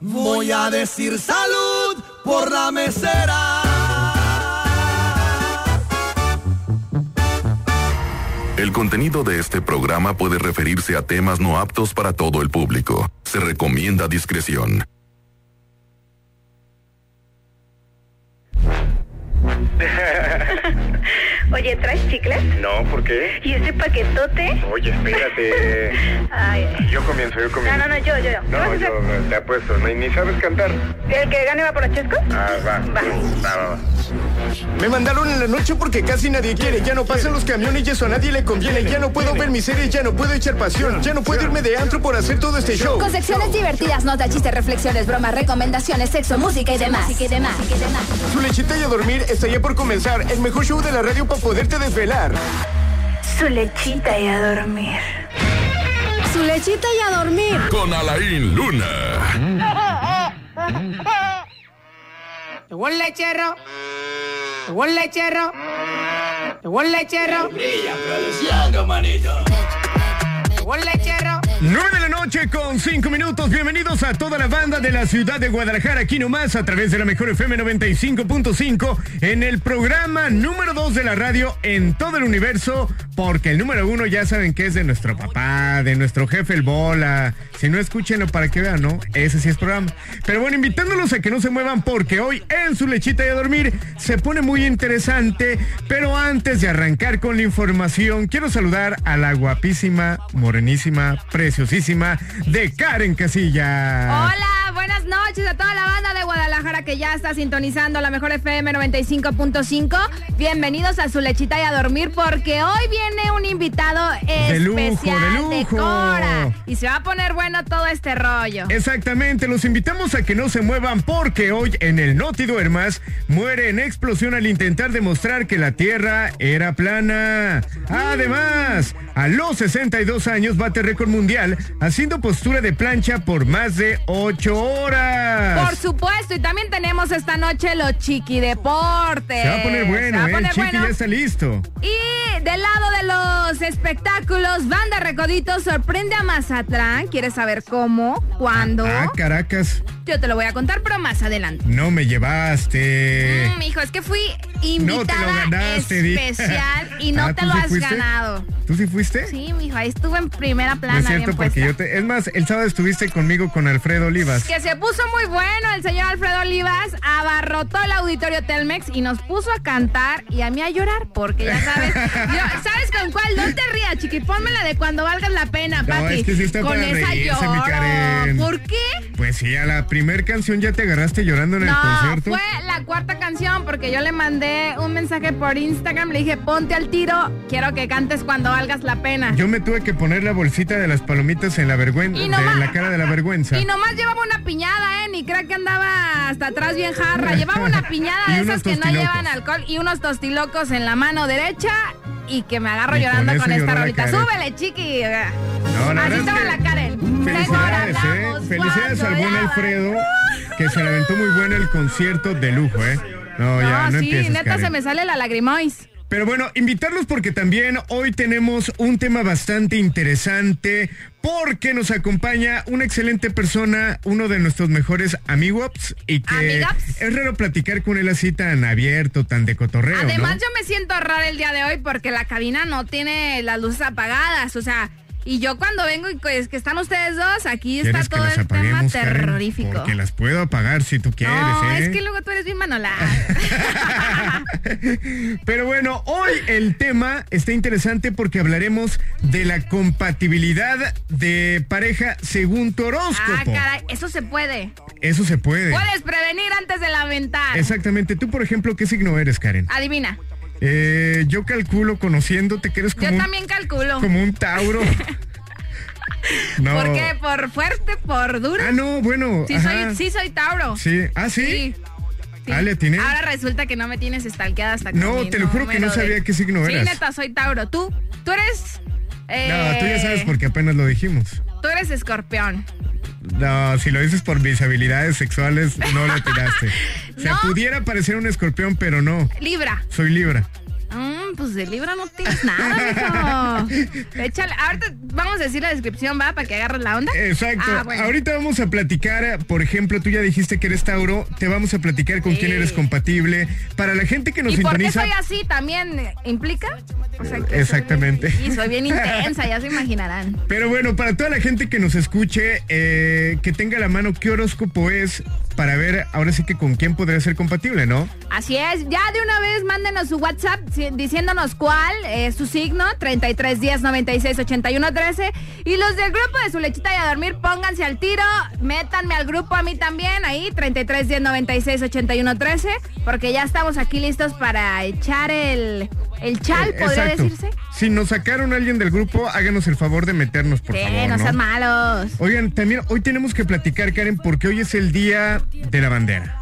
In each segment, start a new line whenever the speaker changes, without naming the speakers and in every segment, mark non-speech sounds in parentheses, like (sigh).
Voy a decir salud por la mesera.
El contenido de este programa puede referirse a temas no aptos para todo el público. Se recomienda discreción.
Oye, ¿traes chicles?
No, ¿por qué?
¿Y ese paquetote?
Oye, espérate.
(laughs) Ay.
Yo comienzo, yo
No,
comienzo.
no, no, yo, yo. ¿Qué vas a
No,
hacer?
yo te apuesto, no, y ni sabes cantar.
¿El que gane va por los chescos?
Ah, va.
Va.
Va, va, va.
Me mandaron en la noche porque casi nadie quiere. Ya no pasan los camiones y eso a nadie le conviene. Ya no puedo ver mis series, ya no puedo echar pasión. Ya no puedo irme de antro por hacer todo este show.
Con secciones divertidas, notas, chistes, reflexiones, bromas, recomendaciones, sexo, música y demás. Música y demás.
Su lechita y a dormir está ya por comenzar. El mejor show de la radio para poderte desvelar.
Su lechita y a dormir.
Su lechita y a dormir.
Con Alain Luna.
Llegó el lechero. Llegó el lechero. Llegó el lechero. Llegó el lechero.
9 de la noche con 5 minutos. Bienvenidos a toda la banda de la ciudad de Guadalajara, aquí nomás a través de la mejor FM 95.5 en el programa número 2 de la radio en todo el universo, porque el número 1 ya saben que es de nuestro papá, de nuestro jefe el bola. Si no escúchenlo para que vean, ¿no? Ese sí es programa. Pero bueno, invitándolos a que no se muevan porque hoy en su lechita y a dormir se pone muy interesante, pero antes de arrancar con la información, quiero saludar a la guapísima, morenísima, preciosísima de Karen Casilla.
Ah. Hola, buenas noches a toda la banda de Guadalajara que ya está sintonizando la mejor FM 95.5. Bienvenidos a su lechita y a dormir porque hoy viene un invitado
De lujo, de
especial de,
lujo.
Cora y se va a poner bueno todo este rollo.
Exactamente, los invitamos a que no se muevan porque hoy en el No Te Duermas muere en explosión al intentar demostrar que la Tierra era plana. Además, a los 62 años bate récord mundial haciendo postura de plancha por más de 8 horas.
Por supuesto, y también tenemos esta noche los chiquideportes.
Se va a poner bueno,
Se va a
¿eh?
poner
el chiqui
bueno.
ya está listo.
Y del lado de los espectáculos, Banda Recodito sorprende a Mazatlán. ¿Quieres saber cómo? ¿Cuándo?
Ah, Caracas,
Yo te lo voy a contar, pero más adelante.
no me llevaste.
Mm, hijo, es que fui
Eh. No te lo
Mm, invitada
ganaste, di.
especial
(laughs)
y no
Ah,
te
¿tú
lo
sí
has
fuiste?
ganado.
¿Tú sí fuiste?
Sí, mijo, ahí estuve en primera
No
plana.
es cierto,
bien
porque
puesta.
yo te... Es más, el sábado estuviste conmigo con Alfredo Olivas.
Que se puso muy bueno el señor Alfredo Olivas, abarrotó el auditorio Telmex y nos puso a cantar y a mí a llorar, porque
(laughs)
ya sabes, yo- ¿sabes con cuál? No te rías, chiqui, pónmela de cuando valgas la pena,
No,
Pati.
es que sí está
con
para
esa
reírse, mi Karen.
lloro. ¿Por qué?
Pues sí, a la primer canción ya te agarraste llorando en el
No,
concierto.
fue la cuarta canción porque yo le mandé un mensaje por Instagram, le dije, ponte al tiro, quiero que cantes cuando valgas la pena.
Yo me tuve que poner la bolsita de las palomitas en la vergüenza,
Y nomás-
de la cara de la vergüenza.
Y nomás llevaba una piñada, ¿eh? Ni creo que andaba hasta atrás bien jarra. Llevaba una piñada
(laughs) Y
de
unos
esas que no
tostilocos.
llevan alcohol y unos tostilocos en la mano derecha y que me agarro
Y con
llorando
eso
con, esta
lloró la
rolita.
Karen.
Súbele, chiqui.
No, la
Así
verdad es
estaba
que-
la Karen.
Felicidades,
Mejor
¿eh?
hablamos
Felicidades al
cuando
buen
ya va.
Alfredo, que se le aventó muy bueno el concierto de lujo, ¿eh? No, ya, no,
No, sí,
empieces,
neta
Karen.
se me sale la lagrimois.
Pero bueno, invitarlos porque también hoy tenemos un tema bastante interesante porque nos acompaña una excelente persona, uno de nuestros mejores amigos y que
Amigops.
es raro platicar con él así tan abierto, tan de cotorreo. ¿no?
Además, yo me siento rara el día de hoy porque la cabina no tiene las luces apagadas, o sea, y yo cuando vengo y pues, que- es que están ustedes dos, aquí está
¿Quieres que
todo
las
el tema
apaguemos, Karen?
terrorífico.
Porque las puedo apagar si tú quieres,
no,
¿eh?
es que luego tú eres bien manola.
(laughs) Pero bueno, hoy el tema está interesante porque hablaremos de la compatibilidad de pareja según tu
ah,
horóscopo.
caray, eso se puede.
Eso se puede.
Puedes prevenir antes de lamentar.
Exactamente. Tú, por ejemplo, ¿qué signo eres, Karen?
Adivina,
Eh, yo calculo, conociéndote, que eres como,
yo
un,
también calculo.
como un
(laughs)
Tauro. no.
¿Por qué? ¿Por fuerte? ¿Por duro?
Ah, no, bueno.
sí,
ajá.
soy, sí soy Tauro.
Sí. Ah, sí.
Sí.
Ah, ¿le atiné?
Ahora resulta que no me tienes estalqueada hasta con
No,
mi
te lo juro que no
número de-
sabía qué signo
Sí,
eras.
neta, soy Tauro. Tú, tú eres.
No, tú ya sabes
eh,
porque apenas lo dijimos.
Tú eres escorpión.
No, si lo dices por mis habilidades sexuales, no
(laughs)
lo tiraste. O sea,
No.
pudiera parecer un escorpión, pero no.
Libra.
Soy Libra.
Mm, pues de libro no tienes nada,
(laughs)
mijo. Échale. Ahorita vamos a decir la descripción, ¿va? Para que agarres la onda.
Exacto.
Ah, bueno.
Ahorita vamos a platicar, por ejemplo, tú ya dijiste que eres Tauro, te vamos a platicar con
Sí.
quién eres compatible. Para la gente que nos
¿Y por qué
sintoniza.
soy así también eh, implica? O sea, que soy-
Exactamente.
y
(laughs)
soy bien intensa, ya se imaginarán.
Pero bueno, para toda la gente que nos escuche, eh, que tenga a la mano qué horóscopo es para ver ahora sí que con quién podría ser compatible, ¿no?
Así es, ya de una vez mándenos su WhatsApp si- diciéndonos cuál es su signo, 3310 96 81 13. Y los del grupo de su lechita y a dormir, pónganse al tiro, métanme al grupo a mí también, ahí, 3310 96 81 13, porque ya estamos aquí listos para echar el, el chal,
Eh,
podría
exacto.
decirse.
Si nos sacaron a alguien del grupo, háganos el favor de meternos, por
Sí,
favor.
no
¿no?
sean malos.
Oigan, también hoy tenemos que platicar, Karen, porque hoy es el día de la bandera.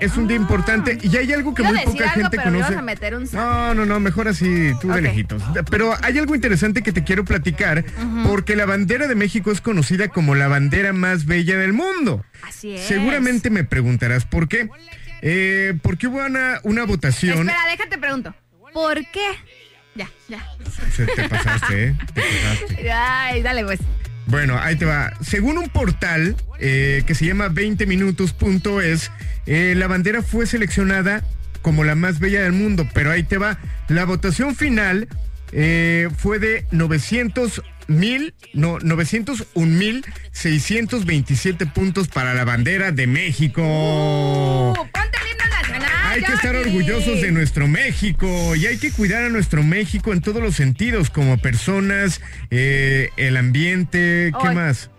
Es un día importante y hay algo que
Iba a
muy
decir
poca
algo,
gente
pero me
conoce.
ibas a meter un saco.
no, no, no, mejor así, tú de
Ok.
lejitos. Pero hay algo interesante que te quiero platicar, porque la bandera de México es conocida como la bandera más bella del mundo.
Así es.
Oh, Seguramente me preguntarás por qué. Eh, porque hubo una, una votación.
Espera, déjate pregunto. ¿Por qué? Ya, ya.
Se- Te pasaste, ¿eh? Te pasaste.
Ay, dale pues.
Bueno, ahí te va. Según un portal eh, que se llama 20minutos.es, eh, la bandera fue seleccionada como la más bella del mundo, pero ahí te va. La votación final eh, fue de 900 mil, no, 901 mil 627 puntos para la bandera de México.
Uh, ponte el himno nacional,
Hay que estar
Jordi.
orgullosos de nuestro México y hay que cuidar a nuestro México en todos los sentidos, como personas, eh, el ambiente, ¿qué
Ay.
más?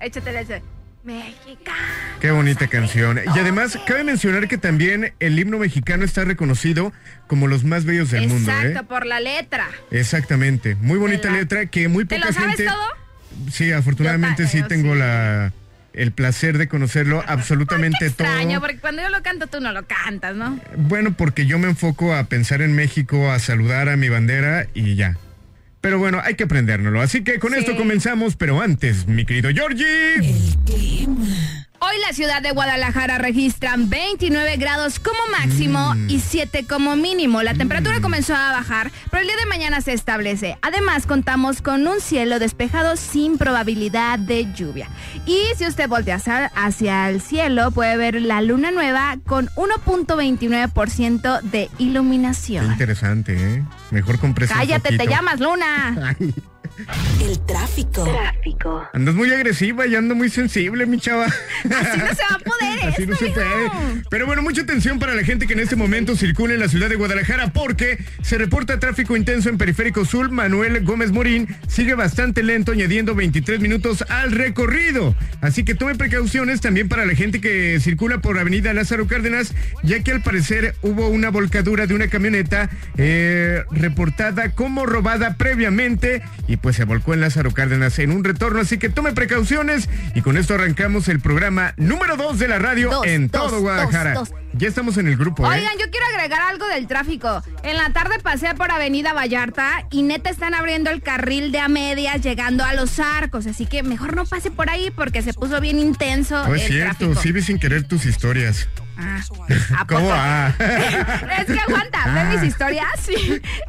Échatele ese. México.
Qué bonita canción. Y además, cabe mencionar que también el himno mexicano está reconocido como los más bellos del mundo.
Exacto,
¿eh?
por la letra.
Exactamente. Muy bonita
la-
letra que muy
¿Te
poca
lo sabes
gente...
todo?
Sí, afortunadamente
Yo ta-
sí
yo
tengo
sí.
la el placer de conocerlo absolutamente
Qué extraño,
todo.
porque cuando yo lo canto tú no lo cantas, ¿no?
Bueno, porque yo me enfoco a pensar en México, a saludar a mi bandera y ya. Pero bueno, hay que aprendérnoslo. Así que con esto
Sí.
comenzamos, pero antes, mi querido Georgie.
Hoy la ciudad de Guadalajara registran 29 grados como máximo
Mm.
y 7 como mínimo. La temperatura comenzó a bajar, pero el día de mañana se establece. Además, contamos con un cielo despejado sin probabilidad de lluvia. Y si usted voltea hacia, hacia el cielo, puede ver la luna nueva con 1.29% de
Qué
iluminación.
interesante, ¿eh? Mejor compres un
Cállate, te
foquito. (laughs)
llamas luna.
Ay,
El tráfico.
Tráfico.
andas muy agresiva y ando muy sensible, mi chava.
Así no se va a poder
Así
esto,
no se
mijo.
puede. Pero bueno, mucha atención para la gente que en este momento circula en la ciudad de Guadalajara porque se reporta tráfico intenso en Periférico Sur. Manuel Gómez Morín sigue bastante lento, añadiendo 23 minutos al recorrido. Así que tome precauciones también para la gente que circula por Avenida Lázaro Cárdenas, ya que al parecer hubo una volcadura de una camioneta eh, reportada como robada previamente y pues se volcó en Lázaro Cárdenas en un retorno. Así que tome precauciones y con esto arrancamos el programa número 2 de la radio
Dos,
en
dos,
todo Guadalajara.
dos, dos.
Ya estamos en el grupo, ¿eh?
Oigan, yo quiero agregar algo del tráfico. En la tarde pasé por Avenida Vallarta y neta están abriendo el carril de a medias llegando a los arcos, así que mejor no pase por ahí porque se puso bien intenso
No es
el
cierto,
tráfico.
sí vi sin querer tus historias.
Ah, ¿a poco?
(laughs) ¿Cómo? Ah.
(laughs) es que aguanta, ve mis historias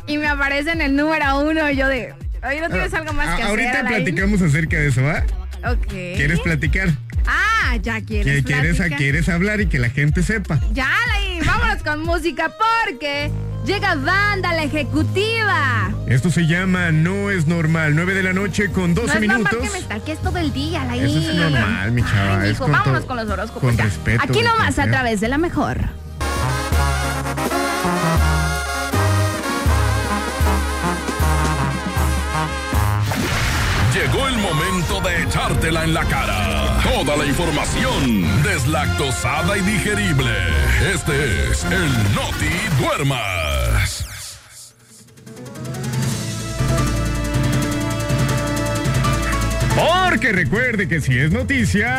y, y me aparece en el número uno y yo de, oye, ¿no tienes algo más
A-
que
Ah, Ahorita
hacer? ¿Eh? Alain?"
platicamos acerca de eso, ¿va?
Ok.
¿Quieres platicar?
Ah, ya quieres
¿Quieres, quieres,
platicar.
quieres hablar y que la gente sepa?
Ya, Alain, vámonos con música porque llega banda la ejecutiva.
Esto se llama No es normal. 9 de la noche con 12
no es
minutos.
normal que me stalkees todo el día, Alain.
Eso es normal, mi chava,
Ay,
es
mijo,
con
vámonos
todo-
con los horóscopos.
con
ya.
respeto,
Aquí nomás
con
a
respeto.
través de la mejor.
Llegó el momento de echártela en la cara. Toda la información deslactosada y digerible. Este es el Noti Duermas.
Porque recuerde que si es noticia,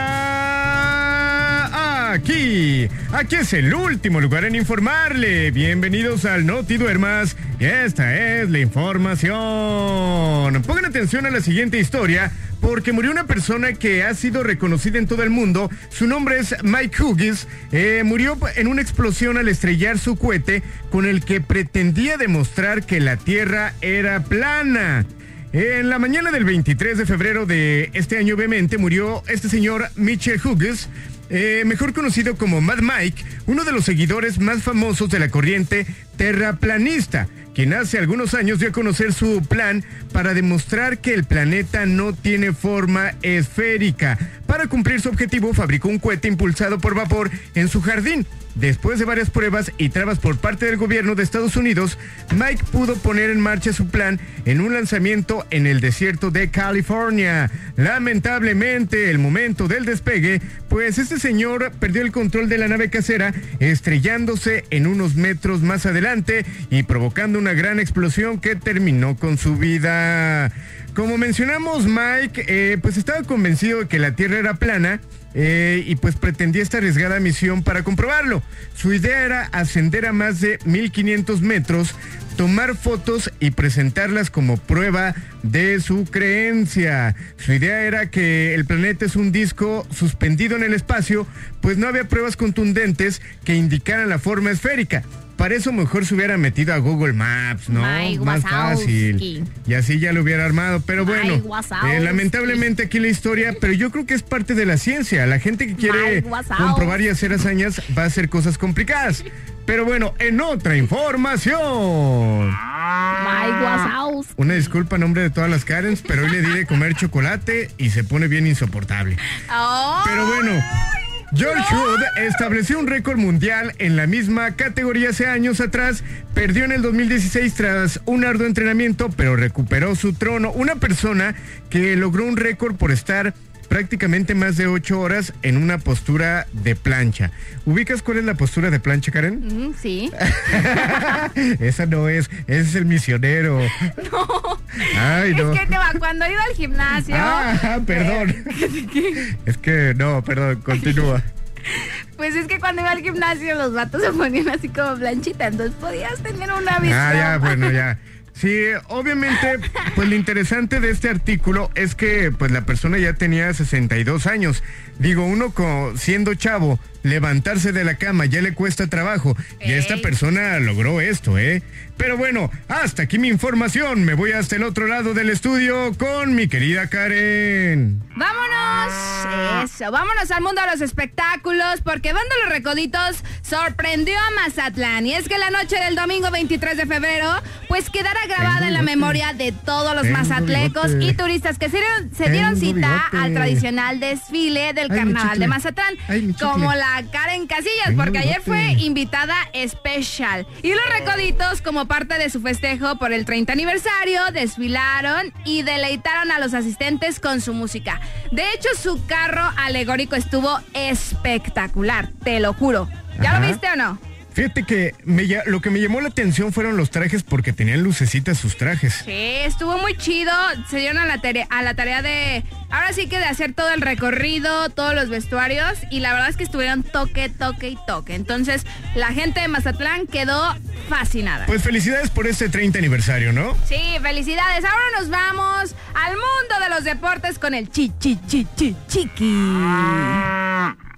aquí. Aquí es el último lugar en informarle. Bienvenidos al Noti Duermas. Y esta es la información. Pongan atención a la siguiente historia. Porque murió una persona que ha sido reconocida en todo el mundo. Su nombre es Mike Hughes. Eh, murió en una explosión al estrellar su cohete con el que pretendía demostrar que la Tierra era plana. En la mañana del 23 de febrero de este año, obviamente, murió este señor Mitchell Hughes, eh, mejor conocido como Mad Mike, uno de los seguidores más famosos de la corriente terraplanista, quien hace algunos años dio a conocer su plan para demostrar que el planeta no tiene forma esférica. Para cumplir su objetivo, fabricó un cohete impulsado por vapor en su jardín. Después de varias pruebas y trabas por parte del gobierno de Estados Unidos, Mike pudo poner en marcha su plan en un lanzamiento en el desierto de California. Lamentablemente, el momento del despegue, pues este señor perdió el control de la nave casera, estrellándose en unos metros más adelante y provocando una gran explosión que terminó con su vida. Como mencionamos, Mike, eh, pues estaba convencido de que la Tierra era plana. eh, y pues pretendía esta arriesgada misión para comprobarlo. Su idea era ascender a más de 1500 metros, tomar fotos y presentarlas como prueba de su creencia. Su idea era que el planeta es un disco suspendido en el espacio, pues no había pruebas contundentes que indicaran la forma esférica. Para eso mejor se hubiera metido a Google Maps, ¿no?
Mike
Más
Wazowski.
fácil. Y así ya lo hubiera armado. Pero bueno,
Mike Wazowski.
eh, lamentablemente aquí la historia, pero yo creo que es parte de la ciencia. La gente que quiere
Mike Wazowski.
comprobar y hacer hazañas va a hacer cosas complicadas. Pero bueno, en otra información.
Mike Wazowski.
Una disculpa en nombre de todas las Karens, pero hoy le di de comer chocolate y se pone bien insoportable.
Oh,
Pero bueno. George Hood estableció un récord mundial en la misma categoría hace años atrás, perdió en el 2016 tras un arduo entrenamiento, pero recuperó su trono. Una persona que logró un récord por estar prácticamente más de 8 horas en una postura de plancha. ¿Ubicas cuál es la postura de plancha,
(laughs)
Karen?
mm, sí.
Esa no es, ese es el misionero.
No.
Ay, no.
(laughs) Es que te va, cuando iba al gimnasio,
Ah, perdón. Es que no, perdón, continúa.
(laughs) pues es que cuando iba al gimnasio los vatos se ponían así como planchita, entonces podías tener una visión.
Ah, ya, bueno, ya. Sí, obviamente, pues lo interesante de este artículo es que pues la persona ya tenía 62 años. Digo, uno co- siendo chavo, levantarse de la cama ya le cuesta trabajo. Y esta
Ey.
persona logró esto, ¿eh? Pero bueno, hasta aquí mi información. Me voy hasta el otro lado del estudio con mi querida Karen. Ah.
Vámonos, eso, vámonos al mundo de los espectáculos porque Banda Los Recoditos sorprendió a Mazatlán y es que la noche del domingo 23 de febrero pues quedará grabada
Tengo
en la
bigote.
memoria de todos los
Tengo
mazatlecos
bigote.
y turistas que se dieron, se dieron
Tengo
cita
bigote.
al tradicional desfile
Ay,
del
mi
carnaval
chicle.
de Mazatlán
Ay, mi chicle.
como la Karen Casillas
Tengo
porque ayer
bigote.
fue invitada especial y Los Recoditos como parte de su festejo por el 30 aniversario desfilaron y deleitaron a los asistentes con su música. De hecho, su carro alegórico estuvo espectacular, te lo juro. ¿Ya
Ajá.
lo viste o no?
Fíjate que me lla- lo que me llamó la atención fueron los trajes porque tenían lucecitas sus trajes.
Sí, estuvo muy chido. Se dieron a la, tarea, a la tarea de. Ahora sí que de hacer todo el recorrido, todos los vestuarios. Y la verdad es que estuvieron toque, toque y toque. Entonces, la gente de Mazatlán quedó fascinada.
Pues felicidades por este 30 aniversario, ¿no?
Sí, felicidades. Ahora nos vamos al mundo de los deportes con el chi, chi, chi, chi, chiqui.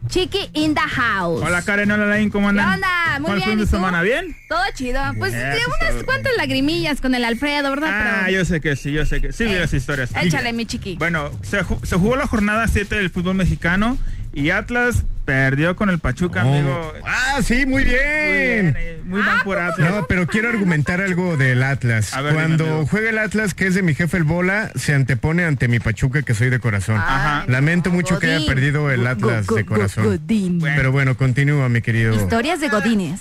Chiqui in the house.
Hola Karen, hola Lain, ¿cómo
¿Qué
andan?
onda? Muy
¿Cuál
bien.
fin
¿y
de
tú?
semana? ¿Bien?
Todo chido. Pues
Bien,
de
eso está
unas
bien.
cuantas lagrimillas con el Alfredo, ¿verdad?
Ah,
Pero-
yo sé que sí, yo sé que sí, vi
Eh,
las historias.
Échale, mi chiqui.
Bueno, se, ju- se jugó la jornada 7 del fútbol mexicano y Atlas perdió con el Pachuca, amigo.
Oh. Ah, sí, muy
Muy bien,
bien.
eh, muy
Ah,
mal por
¿cómo
Atlas.
No, pero quiero argumentar algo del Atlas.
A ver,
Cuando
dime, amigo.
juega el Atlas, que es de mi jefe el bola, se antepone ante mi Pachuca, que soy de corazón.
Ajá.
Lamento mucho que haya
Godín.
perdido el
Go-
Atlas
go-
de
go-
corazón.
Godín.
Bueno,
Pero bueno, continúa, mi querido.
Historias de Godines.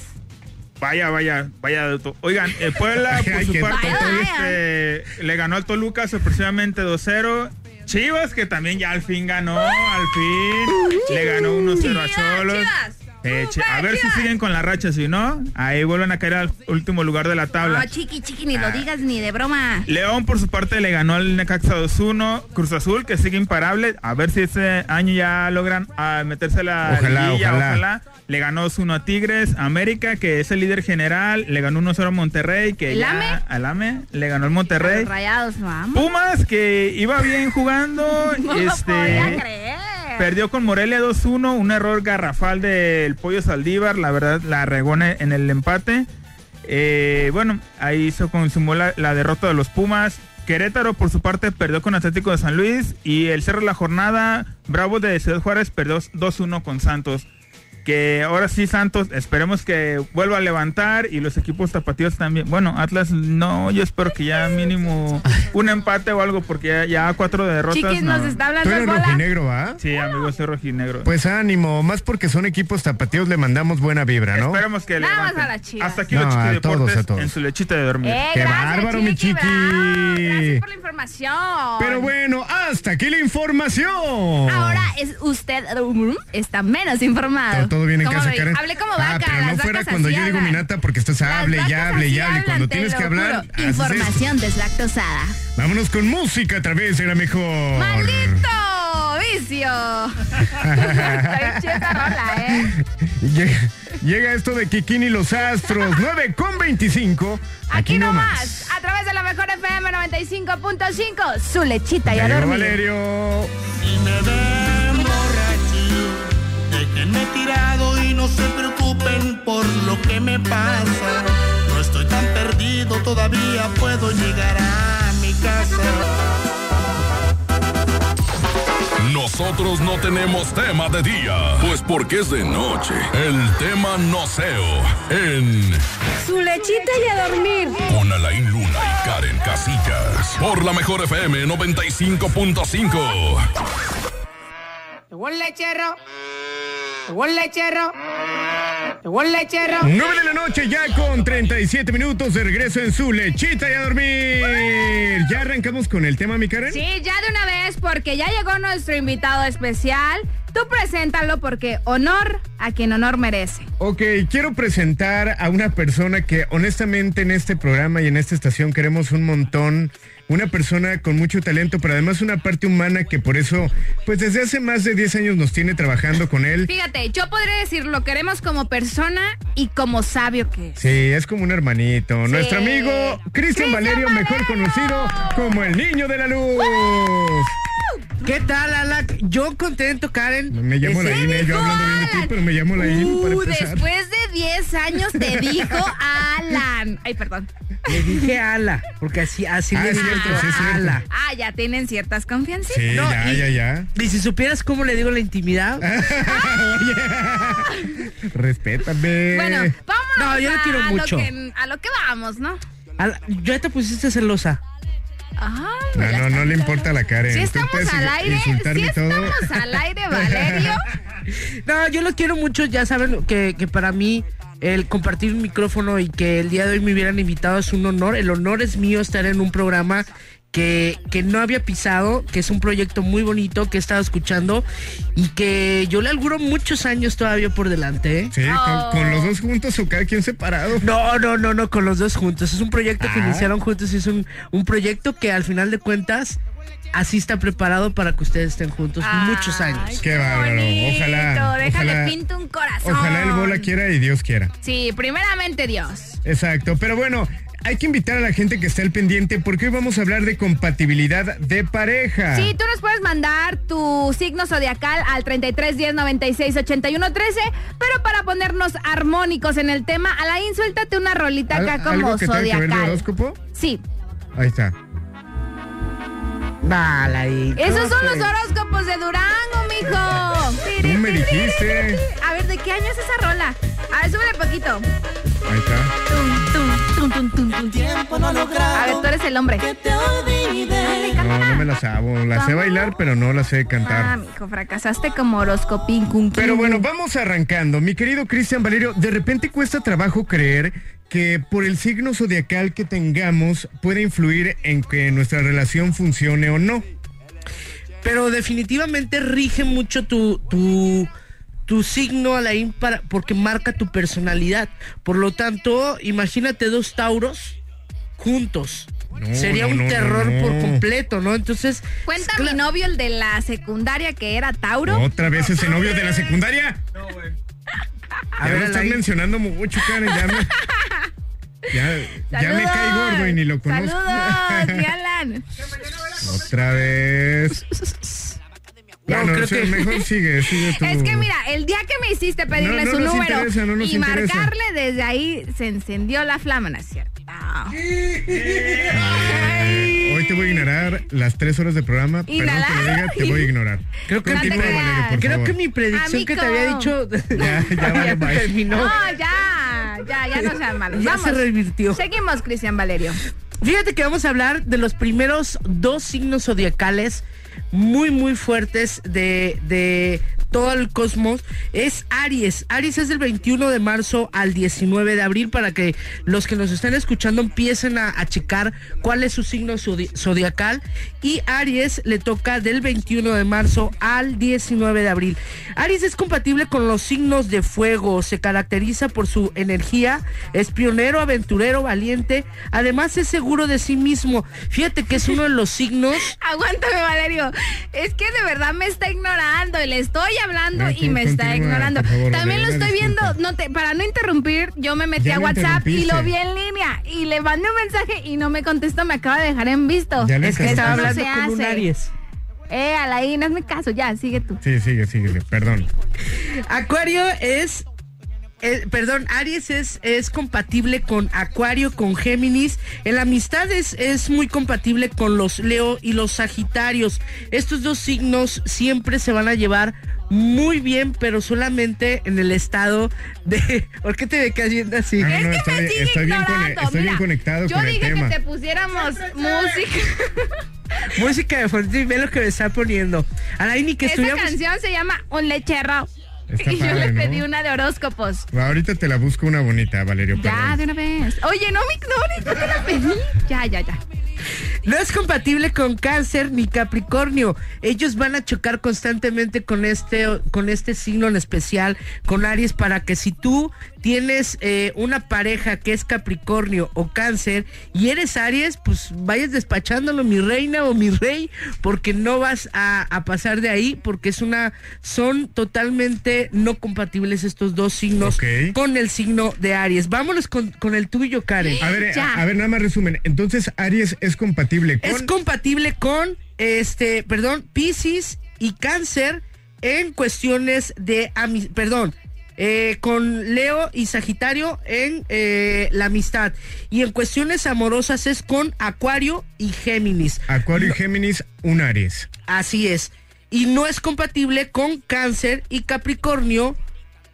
Vaya, vaya, vaya. dato. Oigan, eh, Puebla por
(laughs) Ay,
su
qué
parte
dato.
este, le ganó al Toluca sorpresivamente 2-0. Chivas que también ya al fin ganó, al fin. Le ganó 1-0 a
Uh-huh. Chivas,
Cholos.
Chivas.
Eh, che- a ver si
Chivas!
siguen con la racha, si no, ahí vuelven a caer al último lugar de la
No,
tabla.
chiqui, chiqui, ni
Ah.
lo digas ni de broma.
León por su parte le ganó al Necaxa 2-1, Cruz Azul que sigue imparable, a ver si este año ya logran ah, meterse a la
Ojalá, ojalá.
Le ganó 2-1 a Tigres, América que es el líder general, le ganó 1-0 a Monterrey, que
¿El
ya-
AME?
al AME, le ganó el
Los
Monterrey.
Rayados, vamos.
Pumas que iba
(laughs)
bien jugando,
No lo podía
este
creer.
perdió con Morelia 2-1, un error garrafal del Pollo Saldívar, la verdad la regó en en el empate. Eh, bueno, ahí se consumó la, la derrota de los Pumas. Querétaro por su parte perdió con Atlético de San Luis y el cerro de la jornada, Bravo de Ciudad Juárez perdió 2-1 con Santos. Que ahora sí Santos, esperemos que vuelva a levantar y los equipos tapatíos también. Bueno, Atlas no, yo espero que ya mínimo un empate o algo porque ya, ya cuatro derrotas.
Chiquis
no.
nos está
Tú
hablando
eres
el bola.
rojinegro, ¿va?
Sí, amigos soy rojinegro.
Pues ánimo, más porque son equipos tapatíos, le mandamos buena vibra, ¿no?
Esperemos que
Nada más
levanten.
a las chivas.
Hasta aquí
No,
los
a
chiqui
todos,
deportes
a todos.
en su lechita de dormir.
Eh,
Qué
gracias,
bárbaro, mi
chiqui,
chiqui.
bravo. Gracias por la información.
Pero bueno, hasta aquí la información.
Ahora es usted um, está menos informado.
Todo, todo bien en
¿Cómo
casa,
ve?
Karen.
Hable como
Ah,
vaca.
pero
las
no fuera
vacas
cuando
así
yo digo
hablan.
minata porque estás
Las
hable y
vacas
hable
así
y hable.
hablan,
Cuando
te
tienes
lo
que hablar.
juro.
haces esto.
Información deslactosada.
Vámonos con música a través de la mejor. (laughs)
¡Maldito vicio! (laughs) Está bien chida esa rola, ¿eh?
Llega, llega esto de Kikini los Astros, 9 con 25.
Aquí,
no
nomás, a través de la mejor FM 95.5, su lechita y a
Llegó
dormir.
Valerio.
Y me emborracho de que me he tirado y no se preocupen por lo que me pasa. No estoy tan perdido, todavía puedo llegar a mi casa.
Nosotros no tenemos tema de día, pues porque es de noche. El tema no seo en
Su lechita y a dormir.
Con Alain Luna y Karen Casillas. Por la mejor FM 95.5.
Llegó el lechero. Llegó el lechero. Llegó el lechero.
9 de la noche, ya con 37 minutos de regreso en su lechita y a dormir. Ya arrancamos con el tema, mi Karen.
Sí, ya de una vez, porque ya llegó nuestro invitado especial. Tú preséntalo porque honor a quien honor merece.
Ok, quiero presentar a una persona que honestamente en este programa y en esta estación queremos un montón. Una persona con mucho talento, pero además una parte humana que por eso, pues desde hace más de 10 años nos tiene trabajando con él.
Fíjate, yo podría decir lo queremos como persona y como sabio que es.
Sí, es como un hermanito. Nuestro amigo Cristian
¡Cristian
Valerio, mejor
Valero!
conocido como el niño de la luz.
¿Qué tal, Alac? Yo contento, Karen.
Me llamo
¡Uh! Ese-
la INE, yo hablando bien de ti,
Alan.
pero me llamo la INE para
Uh,
empezar.
después de 10
(laughs)
años te dijo Alan. Ay, perdón.
Le dije Ala, porque así, así
Ah,
le
es
digo
cierto,
yo,
sí, es cierto.
Ala.
Ah, ya tienen ciertas confianzas.
Sí,
No,
ya,
y-
ya, ya.
Y si supieras cómo le digo en la intimidad.
Ah. Respétame.
Bueno, vámonos
No, yo le
a-
quiero
a,
mucho.
Lo que, a lo que vamos, ¿no?
Ala, ya te pusiste celosa.
Ajá.
no, no, no le importa la Karen.
Si
Tú
estamos
puedes
al aire,
insultarme
si
y todo.
estamos al (laughs) aire, Valerio.
No, yo lo quiero mucho, ya saben que, que para mí el compartir un micrófono y que el día de hoy me hubieran invitado es un honor. El honor es mío estar en un programa que, que no había pisado, que es un proyecto muy bonito que he estado escuchando y que yo le auguro muchos años todavía por delante. ¿eh?
Sí, con, con
Oh.
los dos juntos o cada quien separado.
No, no, no, no, con los dos juntos. Es un proyecto que
Ah.
iniciaron juntos y es un, un proyecto que al final de cuentas así está preparado para que ustedes estén juntos Pues, muchos años.
Qué bárbaro,
bonito,
ojalá,
Déjale
ojalá-
pinto un corazón.
Ojalá el bola quiera y Dios quiera.
Sí, primeramente Dios.
Exacto, pero bueno, hay que invitar a la gente que está al pendiente porque hoy vamos a hablar de compatibilidad de pareja.
Sí, tú nos puedes mandar tu signo zodiacal al 33 10 96 81 13, pero para ponernos armónicos en el tema, Alain, suéltate una rolita
Al-
acá
¿Algo
como
que tenga que ver de
zodiacal.
horóscopo?
Sí,
Ahí está.
Bala, y-
esos son los horóscopos de Durango, mijo.
Tú me dijiste.
A ver, ¿de qué año es esa rola? A ver, súbele poquito.
Ahí está.
Tum, tum, tum, tum, tum, tum.
Tiempo no logrado
A ver, tú eres el hombre.
que te olvide.
Dale, cántala.
No, no me la sabo. La sé
Vamos.
bailar, pero no la sé
Ah,
cantar.
mijo, fracasaste como horoscopín, cum,
Pero
cum.
bueno, vamos arrancando. Mi querido Cristian Valerio, de repente cuesta trabajo creer que por el signo zodiacal que tengamos puede influir en que nuestra relación funcione o no.
Pero definitivamente rige mucho tu, tu, tu signo, Alain, para, porque marca tu personalidad. Por lo tanto, imagínate dos Tauros juntos.
No,
Sería
no,
un
no,
terror
no.
por completo, ¿no? Entonces,
Cuenta mi novio, el de la secundaria, que era Tauro.
¿Otra vez ese novio de la secundaria?
No, güey.
A
ver,
ver, lo estás
Alain.
mencionando mucho, Karen. Ya me,
(laughs)
ya, ya me
¡Saludos!
cae gordo y ni lo conozco. (laughs)
Saludos, mi Alan.
Otra
(laughs)
vez. Bueno,
creo
sí,
que-
mejor sigue, sigue tú.
(laughs) Es que mira, el día que me hiciste pedirle
Mm. No, no
su
nos
número
interesa, no nos
y
interesa.
marcarle desde ahí, se encendió la flama, ¿no es cierto? Ay.
Hoy te voy a ignorar las tres horas de programa. Perdón que lo diga, te voy a ignorar.
Creo que-
Continúa,
No te
Valeria, por
creo
favor.
que mi predicción que te había
Amigo.
dicho
(laughs)
(laughs)
Ya, ya vale, bye.
terminó.
No, ya, ya, ya no sean malos.
Ya
Vamos.
se revirtió.
Seguimos, Cristian Valerio.
Fíjate que vamos a hablar de los primeros dos signos zodiacales muy, muy fuertes de, de todo el cosmos. Es Aries. Aries es del 21 de marzo al 19 de abril para que los que nos están escuchando empiecen a, a checar cuál es su signo zodi- zodiacal. Y Aries le toca del 21 de marzo al 19 de abril. Aries es compatible con los signos de fuego. Se caracteriza por su energía, es pionero, aventurero, valiente. Además es seguro de sí mismo. Fíjate que es uno de los signos.
Aguántame, Valerio. Es que de verdad me está ignorando y le estoy hablando
No,
y me
continúa,
está ignorando.
por favor,
También
Valeria,
lo estoy
disculpa.
viendo, no te, para no interrumpir, yo me metí
Ya
a
lo
WhatsApp y lo
interrumpiste.
vi en línea y le mandé un mensaje y no me contesta, me acaba de dejar en visto.
Ya lo
Es que
Eso
estaba
no
hablando
se
con un
hace.
Aries.
Eh, Alain, hazme caso, ya, sigue tú.
Sí, sigue, sigue, perdón.
Acuario es. eh, perdón, Aries es, es compatible con Acuario, con Géminis. En la amistad es, es muy compatible con los Leo y los Sagitarios. Estos dos signos siempre se van a llevar muy bien, pero solamente en el estado de... (laughs) ¿Por qué te ve cayendo así?
Ah, no,
Es que
estoy-
me sigue
estoy bien
ignorando.
cone- estoy bien
Mira,
conectado
yo
con el
dije
tema.
que te pusiéramos (laughs) música.
Música de fondo y ve lo que me está poniendo. Alain, ni que
Esa
estuviéramos...
canción se llama Un Lechero.
Está
y (laughs) yo
padre,
le
¿no?
pedí una de horóscopos.
Va, Ahorita te la busco una bonita, Valerio.
Ya,
perdón.
de una vez. Oye, no me ignores, yo te la pedí. Ya, ya, ya.
No es compatible con Cáncer ni Capricornio. Ellos van a chocar constantemente con este, con este signo en especial, con Aries, para que si tú tienes eh, una pareja que es Capricornio o Cáncer y eres Aries, pues vayas despachándolo, mi reina o mi rey, porque no vas a, a pasar de ahí, porque es una, son totalmente no compatibles estos dos signos
Ok.
con el signo de Aries. Vámonos con, con el tuyo, Karen.
A ver, eh,
Ya.
a, a ver, nada más resumen. Entonces, Aries es compatible con.
es compatible con este, perdón, Piscis y Cáncer en cuestiones de ami- perdón, eh, con Leo y Sagitario en eh, la amistad y en cuestiones amorosas es con Acuario y Géminis.
Acuario y Géminis, un Aries.
Así es. Y no es compatible con Cáncer y Capricornio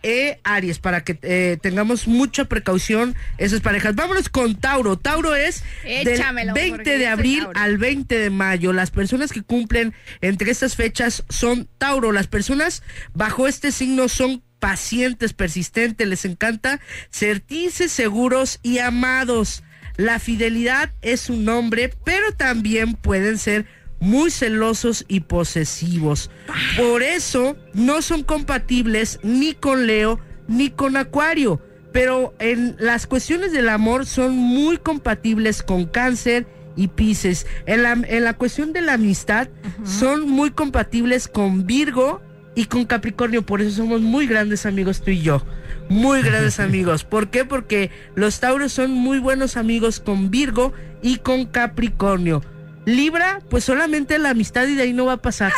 e Aries, para que eh, tengamos mucha precaución esas parejas. Vámonos con Tauro. Tauro es
Échamelo,
del
porque
20
yo
de
soy
abril
Tauro.
al 20 de mayo. Las personas que cumplen entre estas fechas son Tauro. Las personas bajo este signo son pacientes, persistentes, les encanta sentirse seguros y amados. La fidelidad es un nombre, pero también pueden ser muy celosos y posesivos. Por eso no son compatibles ni con Leo ni con Acuario. Pero en las cuestiones del amor son muy compatibles con cáncer y Pisces. En la, en la cuestión de la amistad son muy compatibles con Virgo y con Capricornio. Por eso somos muy grandes amigos tú y yo. Muy grandes amigos. ¿Por qué? Porque los Tauros son muy buenos amigos con Virgo y con Capricornio. Libra, pues solamente la amistad y de ahí no va a pasar.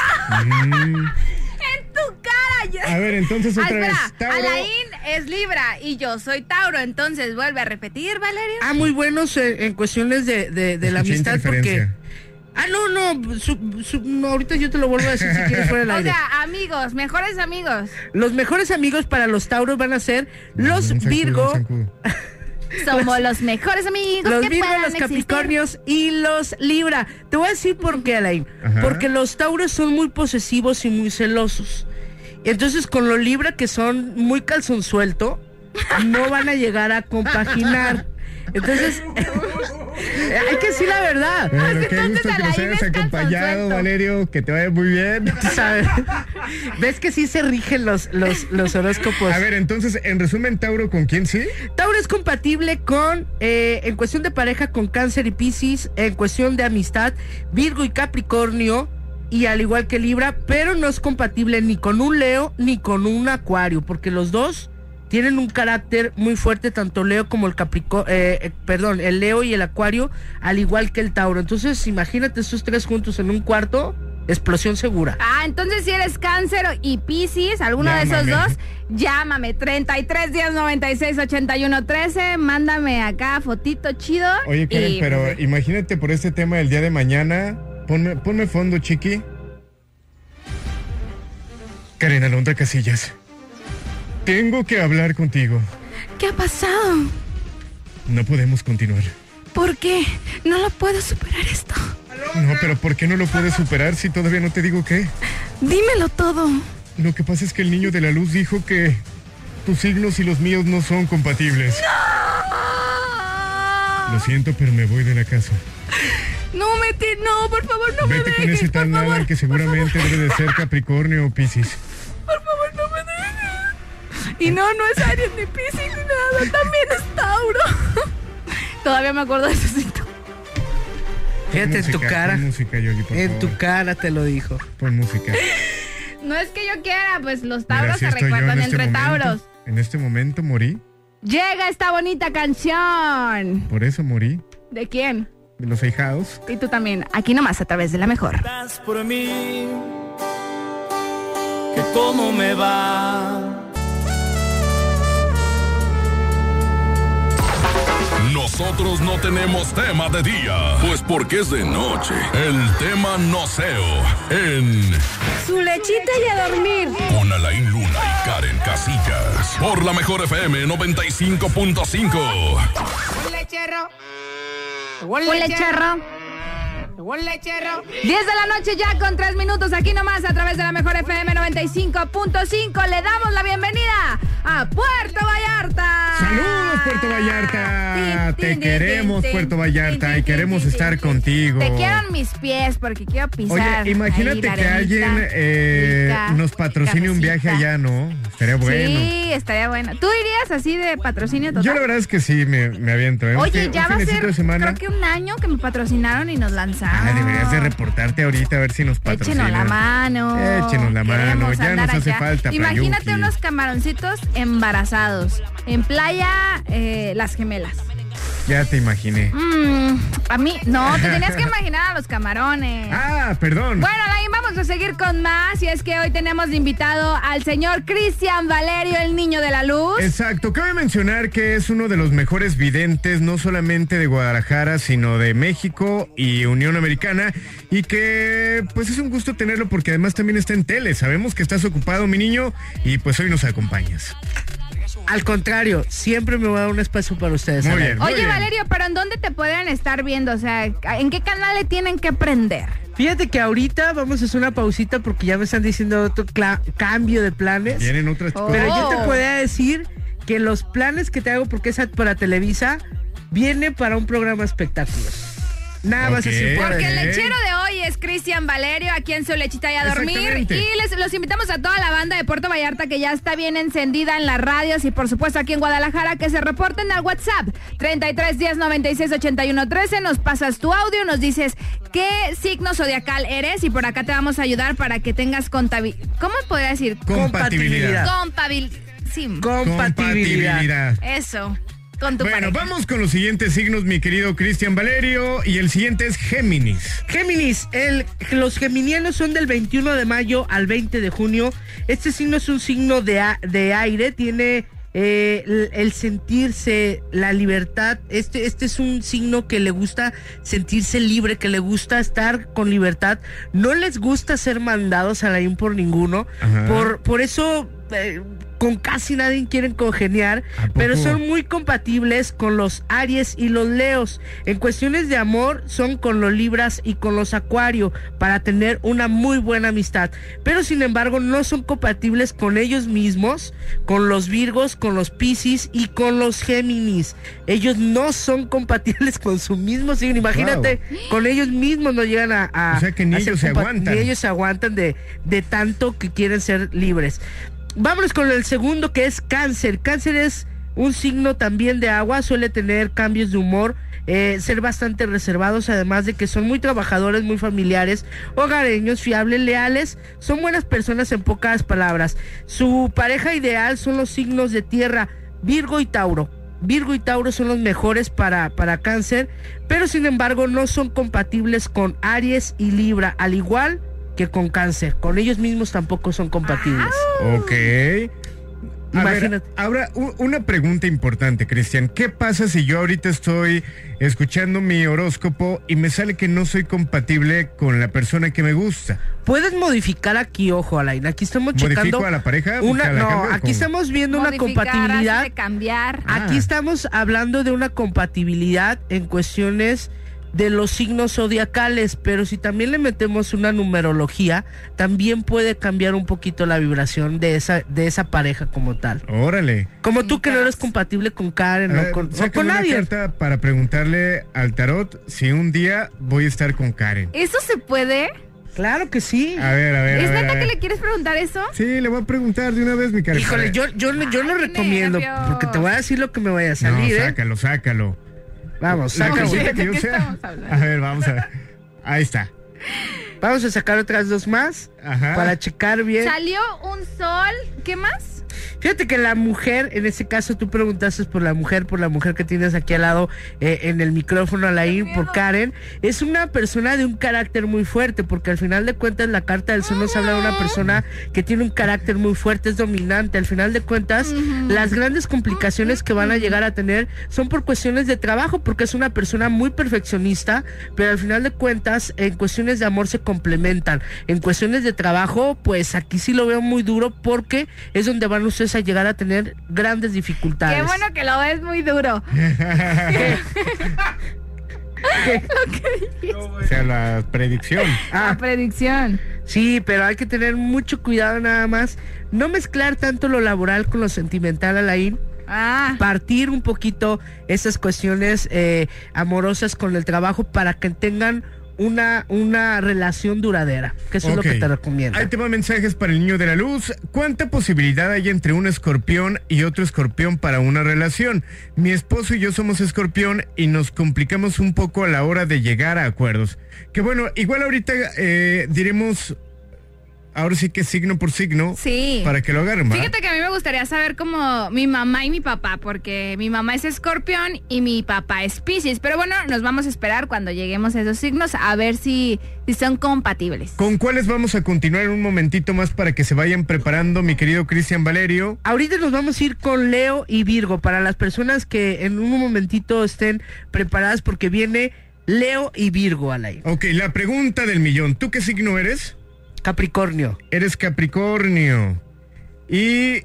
Mm.
Tu cara. ya-
A ver, entonces
Ah,
otra vez.
espera,
Tauro.
Alain es Libra y yo soy Tauro, entonces vuelve a repetir, Valerio.
Ah, muy buenos eh, en cuestiones de, de- de la
Escuché
amistad porque...
interferencia.
Ah, no, no, su- su- no, ahorita yo te lo vuelvo a decir si quieres fuera
(laughs)
del
O
aire.
sea, amigos, mejores amigos.
los mejores amigos para los Tauros van a ser los
Un zancudo,
Virgo,
un
(laughs)
zancudo.
Somos Pues, los mejores amigos
los
que
Virgo,
puedan
los
existir.
Capricornios y los Libra. Te voy a decir por qué, Alain.
Ajá.
Porque los Tauros son muy posesivos y muy celosos. Entonces, con los Libra, que son muy calzón suelto, no van a llegar a compaginar. Entonces, (laughs) Hay que decir la verdad.
Bueno, qué
entonces
gusto
a
que
la
nos
Ivy
hayas
es calzón
acompañado,
suelto.
Valerio. Que te vaya muy bien.
Tú sabes. ¿Ves que sí se rigen los, los, los horóscopos?
A ver, entonces, en resumen, Tauro, ¿con quién sí?
Tauro es compatible con, eh, en cuestión de pareja, con Cáncer y Piscis, en cuestión de amistad, Virgo y Capricornio, y al igual que Libra, pero no es compatible ni con un Leo ni con un Acuario, porque los dos tienen un carácter muy fuerte, tanto Leo como el Capricornio, perdón, el Leo y el Acuario, al igual que el Tauro. Entonces, imagínate estos tres juntos en un cuarto, explosión segura.
Ah, entonces si eres cáncer y piscis, alguno de
Llámame.
esos dos, llámame 33 10 96 81 13, mándame acá fotito chido.
Oye, Karen,
y-
pero
pues, eh.
imagínate por este tema del día de mañana. Ponme, ponme fondo, chiqui. Karen Alondra Casillas. Tengo que hablar contigo.
¿Qué ha pasado?
No podemos continuar.
¿Por qué? No lo puedo superar esto.
No, pero ¿por qué no lo puedes superar si todavía no te digo qué?
Dímelo todo.
Lo que pasa es que el niño de la luz dijo que tus signos y los míos no son compatibles. Lo siento, pero me voy de la casa.
No me ti- no, por favor, no me
Vete con ese
dejes, por
tan
favor.
Alan que seguramente debe de ser Capricornio o Piscis.
Por favor, no me dejes. Y no, no es Aries ni Piscis ni nada, también es Tauro. (laughs) Todavía me acuerdo de ese sitio.
Fíjate en tu
Música,
cara,
Pon música, Yoli, por
en tu
favor.
cara te lo dijo.
Pon música.
No es que yo quiera, pues los
Mira,
tauros
así
se
estoy yo en
recuerdan
este
entre
momento.
tauros.
En este momento morí.
Llega esta bonita canción.
Por eso morí.
¿De quién?
De los ahijados.
Y tú también, aquí nomás a través de la mejor.
Estás por mí, que cómo me va.
Nosotros no tenemos tema de día, pues porque es de noche. El tema noceo en
Su lechita y a dormir.
Con Alain Luna y Karen Casillas. Por la mejor FM 95.5.
Un lechero. Un lechero. 10 de la noche ya con 3 minutos aquí nomás a través de la mejor FM 95.5 le damos la bienvenida a Puerto Vallarta.
Saludos, Puerto Vallarta. Te queremos, Puerto Vallarta, y queremos estar contigo.
Te quieran mis pies porque quiero pisar.
Oye, imagínate
ahí la
que
arenita.
alguien eh,
rica,
nos patrocine un viaje allá, ¿no? Estaría bueno.
Sí, estaría bueno. ¿Tú irías así de patrocinio total?
Yo la verdad es que sí, me, me aviento. ¿eh? Un
Oye,
fin-
ya
un
va a
finecito
ser
de semana.
creo que un año que me patrocinaron y nos lanzaron.
Ah, deberías de reportarte ahorita a ver si nos patrocinan.
Échenos la mano.
Échenos la mano,
Queremos
ya
andar
nos hace
allá.
falta,
Imagínate
Prayuki.
unos camaroncitos embarazados en playa eh, Las Gemelas.
Ya te imaginé.
Mm, a mí, no, te tenías
(laughs)
que imaginar a los camarones.
Ah, perdón.
Bueno, Alain, vamos a seguir con más. Y es que hoy tenemos de invitado al señor Cristian Valerio, el niño de la luz.
Exacto, cabe mencionar que es uno de los mejores videntes, no solamente de Guadalajara, sino de México y Unión Americana, y que pues es un gusto tenerlo porque además también está en tele, sabemos que estás ocupado, mi niño, y pues hoy nos acompañas.
Al contrario, siempre me voy a dar un espacio para ustedes.
Muy
Alan.
bien.
Pues, Oye, Valerio, pero ¿en dónde te pueden estar viendo? O sea, ¿en qué canal le tienen que prender?
Fíjate que ahorita vamos a hacer una pausita porque ya me están diciendo otro cla- cambio de planes.
Vienen otras
Oh.
Pero yo
Oh.
te podría decir que los planes que te hago porque es para Televisa viene para un programa de espectáculos. Nada más
Ok.
así. por
Porque el
Órale.
lechero de hoy es Cristian Valerio, aquí en su lechita y a dormir.
Exactamente.
Y les, los invitamos a toda la banda de Puerto Vallarta que ya está bien encendida en las radios y por supuesto aquí en Guadalajara que se reporten al WhatsApp 33 10 96 81 13. Nos pasas tu audio, nos dices qué signo zodiacal eres y por acá te vamos a ayudar para que tengas contabil... ¿Cómo podría decir?
Compatibilidad.
Compabil... Sí,
Compatibilidad.
eso. Con tu
Bueno,
pareja.
vamos con los siguientes signos, mi querido Cristian Valerio, y el siguiente es Géminis.
Géminis, el- los geminianos son del 21 de mayo al 20 de junio. Este signo es un signo de, a- de aire, tiene eh, el, el sentirse, la libertad. Este, este es un signo que le gusta sentirse libre, que le gusta estar con libertad. No les gusta ser mandados a la por ninguno.
Ajá.
Por, por eso... eh, con casi nadie quieren congeniar, pero son muy compatibles con los Aries y los Leos. En cuestiones de amor son con los Libras y con los Acuario para tener una muy buena amistad, pero sin embargo no son compatibles con ellos mismos, con los Virgos, con los Piscis y con los Géminis. Ellos no son compatibles (laughs) con su mismo signo. Imagínate, con ellos mismos no llegan a, a-
O sea, que ni
a ser
ellos se
compa-
aguantan.
ni ellos se aguantan de, de tanto que quieren ser libres. Vámonos con el segundo que es cáncer. Cáncer es un signo también de agua, suele tener cambios de humor, eh, ser bastante reservados, además de que son muy trabajadores, muy familiares, hogareños, fiables, leales, son buenas personas en pocas palabras. Su pareja ideal son los signos de tierra, Virgo y Tauro. Virgo y Tauro son los mejores para, para cáncer, pero sin embargo no son compatibles con Aries y Libra, al igual que con cáncer. Con ellos mismos tampoco son compatibles.
Ok. A ver,
Imagínate.
ahora u- una pregunta importante, Cristian. ¿Qué pasa si yo ahorita estoy escuchando mi horóscopo y me sale que no soy compatible con la persona que me gusta?
Puedes modificar aquí, ojo, Alain. Aquí estamos
¿Modifico
checando.
a la pareja?
Una,
¿Que la
no,
cambio
aquí
con-
estamos viendo una
Modificar,
compatibilidad.
hacerle cambiar.
Aquí
Ah.
estamos hablando de una compatibilidad en cuestiones de los signos zodiacales, pero si también le metemos una numerología, también puede cambiar un poquito la vibración de esa de esa pareja como tal.
Órale.
Como tú que no eres compatible con Karen
A
o
ver,
con, o
sácame
con
una
nadie.
carta para preguntarle al tarot si un día voy a estar con Karen.
¿Eso se puede?
Claro que sí.
A ver, a ver.
¿Es
a ver,
neta
a
que
ver.
le quieres preguntar eso?
Sí, le voy a preguntar de una vez, mi Karen.
Híjole, yo, yo, yo lo recomiendo
nervios.
porque te voy a decir lo que me vaya a
No,
salir, ¿eh?
sácalo, sácalo.
Vamos,
La
sácalo.
cosita que yo
¿De qué
sea.
estamos hablando?
A ver, vamos a ver. Ahí está.
Vamos a sacar otras dos más
Ajá.
para checar bien.
Salió un sol. ¿Qué más?
Fíjate que la mujer, en este caso tú preguntaste por la mujer, por la mujer que tienes aquí al lado eh, en el micrófono, Alain, por Karen, es una persona de un carácter muy fuerte, porque al final de cuentas la carta del sol nos habla de una persona que tiene un carácter muy fuerte, es dominante, al final de cuentas las grandes complicaciones que van a llegar a tener son por cuestiones de trabajo, porque es una persona muy perfeccionista, pero al final de cuentas en cuestiones de amor se complementan, en cuestiones de trabajo, pues aquí sí lo veo muy duro porque es donde van ustedes a llegar a tener grandes dificultades.
Qué bueno que lo ves muy duro.
O sea, la predicción.
Ah.
La predicción.
Sí, pero hay que tener mucho cuidado nada más. No mezclar tanto lo laboral con lo sentimental, Alain.
Ah,
Partir un poquito esas cuestiones eh, amorosas con el trabajo para que tengan una, una relación duradera, que eso es lo que
Ok.
te recomiendo.
Ahí te van mensajes para el niño de la luz. ¿Cuánta posibilidad hay entre un escorpión y otro escorpión para una relación? Mi esposo y yo somos escorpión y nos complicamos un poco a la hora de llegar a acuerdos. Que bueno, igual ahorita eh, diremos, ahora sí que signo por signo,
sí.
para que lo agarren. ¿va?
Fíjate que a mí me gustaría saber como mi mamá y mi papá, porque mi mamá es escorpión y mi papá es piscis. Pero bueno, nos vamos a esperar cuando lleguemos a esos signos a ver si, si son compatibles.
¿Con cuáles vamos a continuar en un momentito más para que se vayan preparando, mi querido Cristian Valerio?
Ahorita nos vamos a ir con Leo y Virgo para las personas que en un momentito estén preparadas porque viene Leo y Virgo Alain.
Ok, la pregunta del millón. ¿Tú qué signo eres?
Capricornio.
Eres Capricornio. Y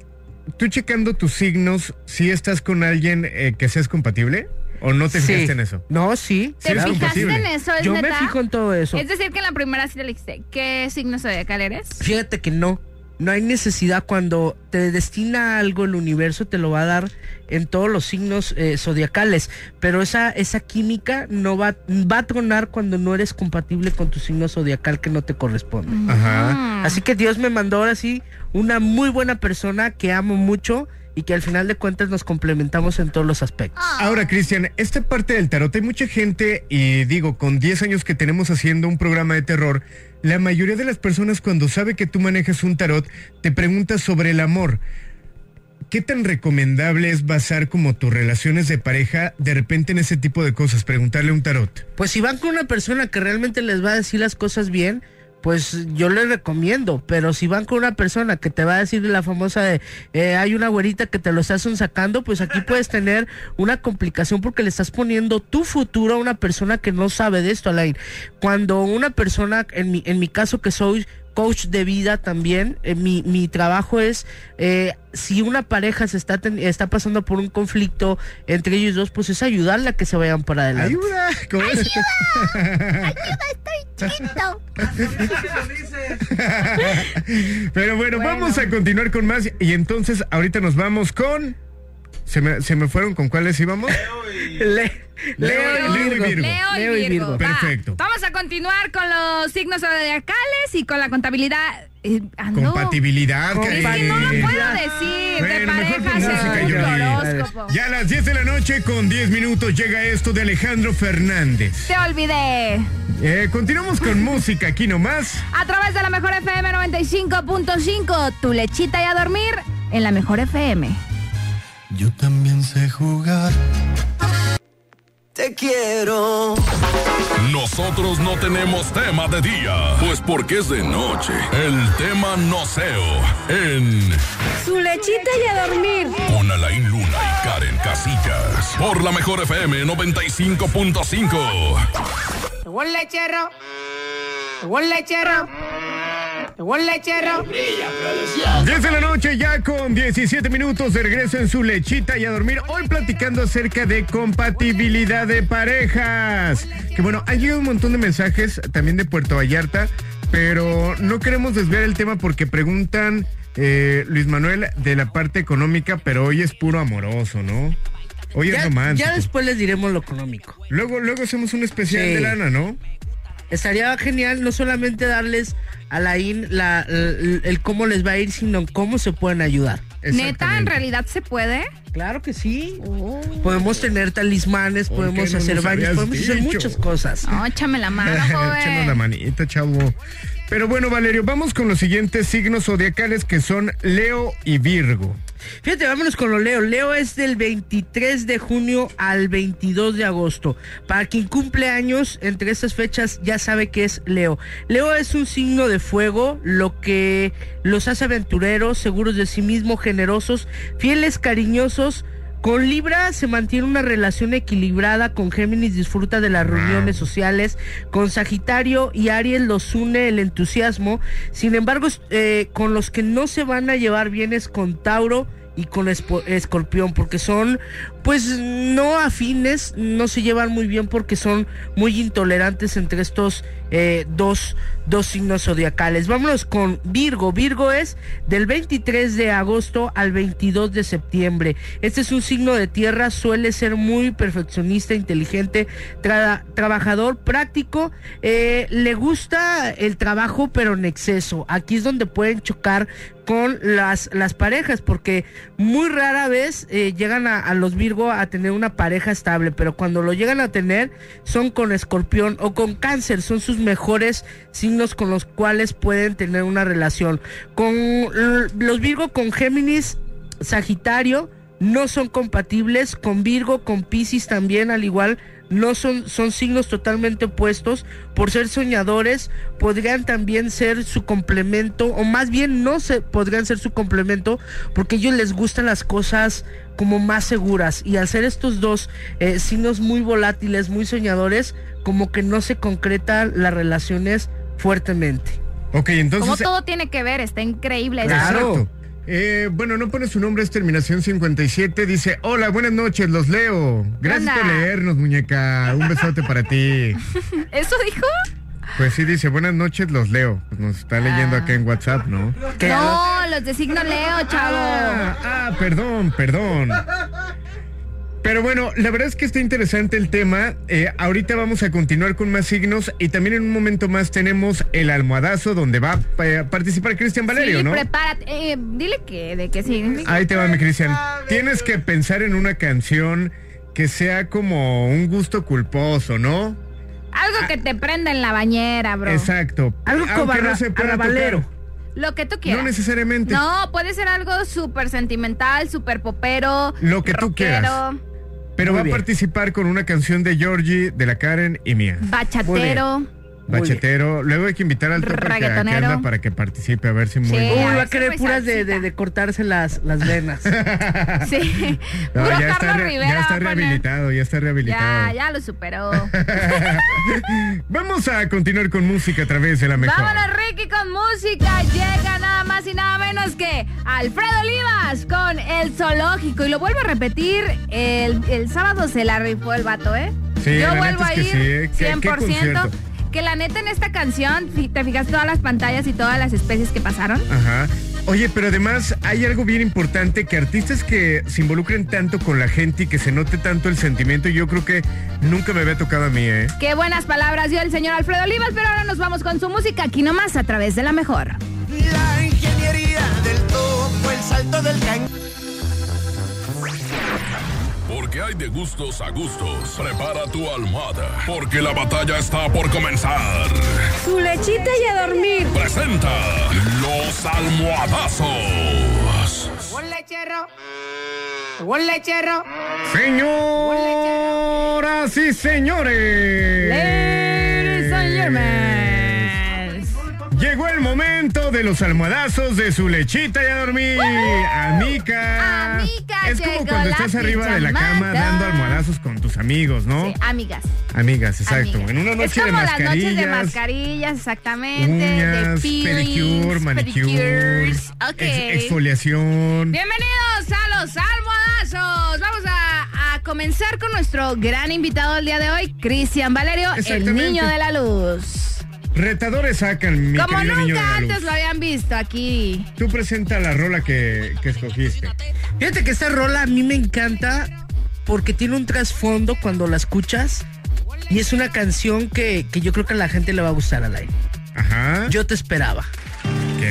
tú checando tus signos, si estás con alguien eh, que seas compatible o no te
Sí.
fijaste en eso.
No, sí.
Sí
¿Te
eres
fijaste
compatible.
en eso? ¿Es
Yo me
neta?
fijo en todo eso.
Es decir, que en la primera sí le dijiste, ¿qué signo zodiacal eres?
Fíjate que no. No hay necesidad cuando te destina algo el universo te lo va a dar en todos los signos eh, zodiacales, pero esa esa química no va va a tronar cuando no eres compatible con tu signo zodiacal que no te corresponde.
Mm.
Ajá.
Así que Dios me mandó ahora sí una muy buena persona que amo mucho y que al final de cuentas nos complementamos en todos los aspectos.
Ahora, Cristian, esta parte del tarot, hay mucha gente, y digo, con 10 años que tenemos haciendo un programa de terror, la mayoría de las personas cuando sabe que tú manejas un tarot, te pregunta sobre el amor. ¿Qué tan recomendable es basar como tus relaciones de pareja de repente en ese tipo de cosas? Preguntarle a un tarot.
Pues si van con una persona que realmente les va a decir las cosas bien, pues yo les recomiendo. Pero si van con una persona que te va a decir la famosa de eh, hay una güerita que te lo estás sacando, pues aquí puedes tener una complicación porque le estás poniendo tu futuro a una persona que no sabe de esto, Alain. Cuando una persona, en mi, en mi caso que soy coach de vida también. Eh, mi, mi trabajo es, eh, si una pareja se está, ten- está pasando por un conflicto entre ellos dos, pues es ayudarla a que se vayan para adelante.
¡Ayuda! ¿Cómo es?
Chiquito.
Pero bueno, vamos a continuar con más. Y entonces, ahorita nos vamos con. ¿Se me, se me fueron con cuáles íbamos?
Le-
Leo, Leo y Virgo.
Leo y Virgo. va.
Perfecto.
Vamos a continuar con los signos zodiacales y con la contabilidad. eh, ah, no.
Compatibilidad.
Es que no lo
Karen.
puedo decir. de
Bueno, mejor con
pareja
música,
según tu
Yoli.
horóscopo.
Ya a las 10 de la noche con 10 minutos llega esto de Alejandro Fernández.
Te olvidé.
Eh, continuamos con música aquí nomás.
A través de la mejor FM 95.5, tu lechita y a dormir en la mejor FM.
Yo también sé jugar.
Te quiero.
Nosotros no tenemos tema de día, pues porque es de noche. El tema no seo en
Su lechita y a dormir.
Con Alain Luna y Karen Casillas por la mejor FM 95.5.
Llegó el lechero. Llegó el lechero. Llegó el lechero.
10 de la noche ya con 17 minutos de regreso en su lechita y a dormir. Hoy platicando acerca de compatibilidad de parejas. Que bueno, han llegado un montón de mensajes también de Puerto Vallarta, pero no queremos desviar el tema porque preguntan eh, Luis Manuel de la parte económica, pero hoy es puro amoroso, ¿no? Hoy es
Ya,
romántico.
ya después les diremos lo económico.
Luego, luego hacemos un especial
Sí.
de lana, ¿no?
Estaría genial no solamente darles a la IN la, el, el cómo les va a ir, sino cómo se pueden ayudar.
Neta, en realidad se puede.
Claro que sí. Podemos tener talismanes,
¿Por qué
podemos
no
hacer
nos
baños,
habías
podemos hacer
dicho?
muchas cosas.
No, échame
(laughs)
la mano,
Échanos la
joven.
manita, chavo. Pero bueno, Valerio, vamos con los siguientes signos zodiacales que son Leo y Virgo.
Fíjate, vámonos con lo Leo. Leo es del 23 de junio al 22 de agosto. Para quien cumple años entre estas fechas ya sabe que es Leo. Leo es un signo de fuego, lo que los hace aventureros, seguros de sí mismos, generosos, fieles, cariñosos. Con Libra se mantiene una relación equilibrada, con Géminis disfruta de las reuniones sociales, con Sagitario y Aries los une el entusiasmo, sin embargo es- eh, con los que no se van a llevar bien es con Tauro y con Espo- Escorpión, porque son pues no afines, no se llevan muy bien porque son muy intolerantes entre estos eh, dos, dos signos zodiacales. Vámonos con Virgo. Virgo es del 23 de agosto al 22 de septiembre. Este es un signo de tierra, suele ser muy perfeccionista, inteligente, tra- trabajador, práctico. eh, le gusta el trabajo, pero en exceso. Aquí es donde pueden chocar con las, las parejas, porque muy rara vez eh, llegan a, a los Virgo a tener una pareja estable, pero cuando lo llegan a tener son con escorpión o con cáncer, son sus mejores signos con los cuales pueden tener una relación. Con l- los Virgo, con Géminis, Sagitario, no son compatibles, con Virgo, con Piscis también, al igual. No son, son signos totalmente opuestos. Por ser soñadores, podrían también ser su complemento, o más bien no se podrían ser su complemento, porque a ellos les gustan las cosas como más seguras. Y al ser estos dos eh, signos muy volátiles, muy soñadores, como que no se concretan las relaciones fuertemente.
Ok,
Como
entonces... eh,
todo tiene que ver, está increíble. eso.
Exacto. Eh, bueno, no pone su nombre, es terminación 57. Dice, hola, buenas noches, los leo. Gracias por
Anda.
leernos, muñeca. Un besote para
(laughs)
ti.
¿Eso dijo?
Pues sí, dice, buenas noches, los leo. Pues nos está
Ah.
leyendo acá en WhatsApp, ¿no?
No, los de signo Leo, chavo.
Ah, ah, perdón, perdón. Pero bueno, la verdad es que está interesante el tema. Eh, ahorita vamos a continuar con más signos y también en un momento más tenemos el almohadazo donde va eh, a participar Cristian Valerio,
sí,
¿no?
prepárate. Eh, dile que, de qué significa.
Ahí te va, mi Cristian. Tienes que pensar en una canción que sea como un gusto culposo, ¿no?
Algo que te prenda en la bañera, bro.
Ah, Exacto.
Algo
Aunque
cobarra-
no se pueda
arrabalero.
tocar.
Lo que tú quieras.
No necesariamente.
No, puede ser algo súper sentimental, súper popero.
Lo que tú
rockero,
quieras. Pero
Muy
va
bien.
a participar con una canción de Georgie, de la Karen y mía.
Bachatero.
Bachetero. Luego hay que invitar al topo a que- a que
Reggaetonero.
anda para que participe, a ver si muy.
Uy,
bien.
va a querer puras de, de- de cortarse las, las venas.
Sí.
(laughs) No,
Puro
ya, está
Carlos
re-
Rivera
ya
va
está
a poner.
rehabilitado, ya está rehabilitado.
Ya, ya lo superó.
(laughs) Vamos a continuar con música a través de la mejor.
Vámonos, Ricky, con música. Llega nada más y nada menos que Alfredo Olivas con El Zoológico. Y lo vuelvo a repetir, el, el sábado se la rifó el vato, ¿eh?
Sí,
Yo
la
vuelvo
neta
a
es que
ir
sí, ¿eh? Qué- qué
100%.
concierto.
que la neta en esta canción, si te fijas todas las pantallas y todas las especies que pasaron.
Ajá. Oye, pero además hay algo bien importante que artistas que se involucren tanto con la gente y que se note tanto el sentimiento, yo creo que nunca me había tocado a mí, ¿eh?
Qué buenas palabras dio el señor Alfredo Olivas, pero ahora nos vamos con su música aquí nomás a través de la mejor.
La ingeniería del topo, el salto del can.
Porque hay de gustos a gustos. Prepara tu almohada. Porque la batalla está por comenzar.
Su lechita y a dormir.
Presenta los almohadazos.
¡Un lechero! ¡Un lechero!
Señoras y señores. Llegó el momento de los almohadazos de su lechita y a dormir. Amica. es como
llegó
cuando
la
estás arriba de la cama
pijamada.
dando almohadazos con tus amigos, ¿no?
Amigas.
Amigas, exacto.
amigas.
En una
es
noche de
como las
mascarillas.
noches de mascarillas, exactamente.
uñas,
de
pedicure,
peelings,
manicure,
pedicures. Ok.
ex- exfoliación.
Bienvenidos a los almohadazos. Vamos a, a comenzar con nuestro gran invitado del día de hoy, Cristian Valerio, el
Exactamente.
niño de la luz.
Retadores sacan mi
como
querido niño de
nunca
la luz.
antes lo habían visto aquí.
Tú presenta la rola que, que escogiste.
Fíjate que esta rola a mí me encanta porque tiene un trasfondo cuando la escuchas y es una canción que, que yo creo que a la gente le va a gustar al aire.
Ajá.
Yo te esperaba.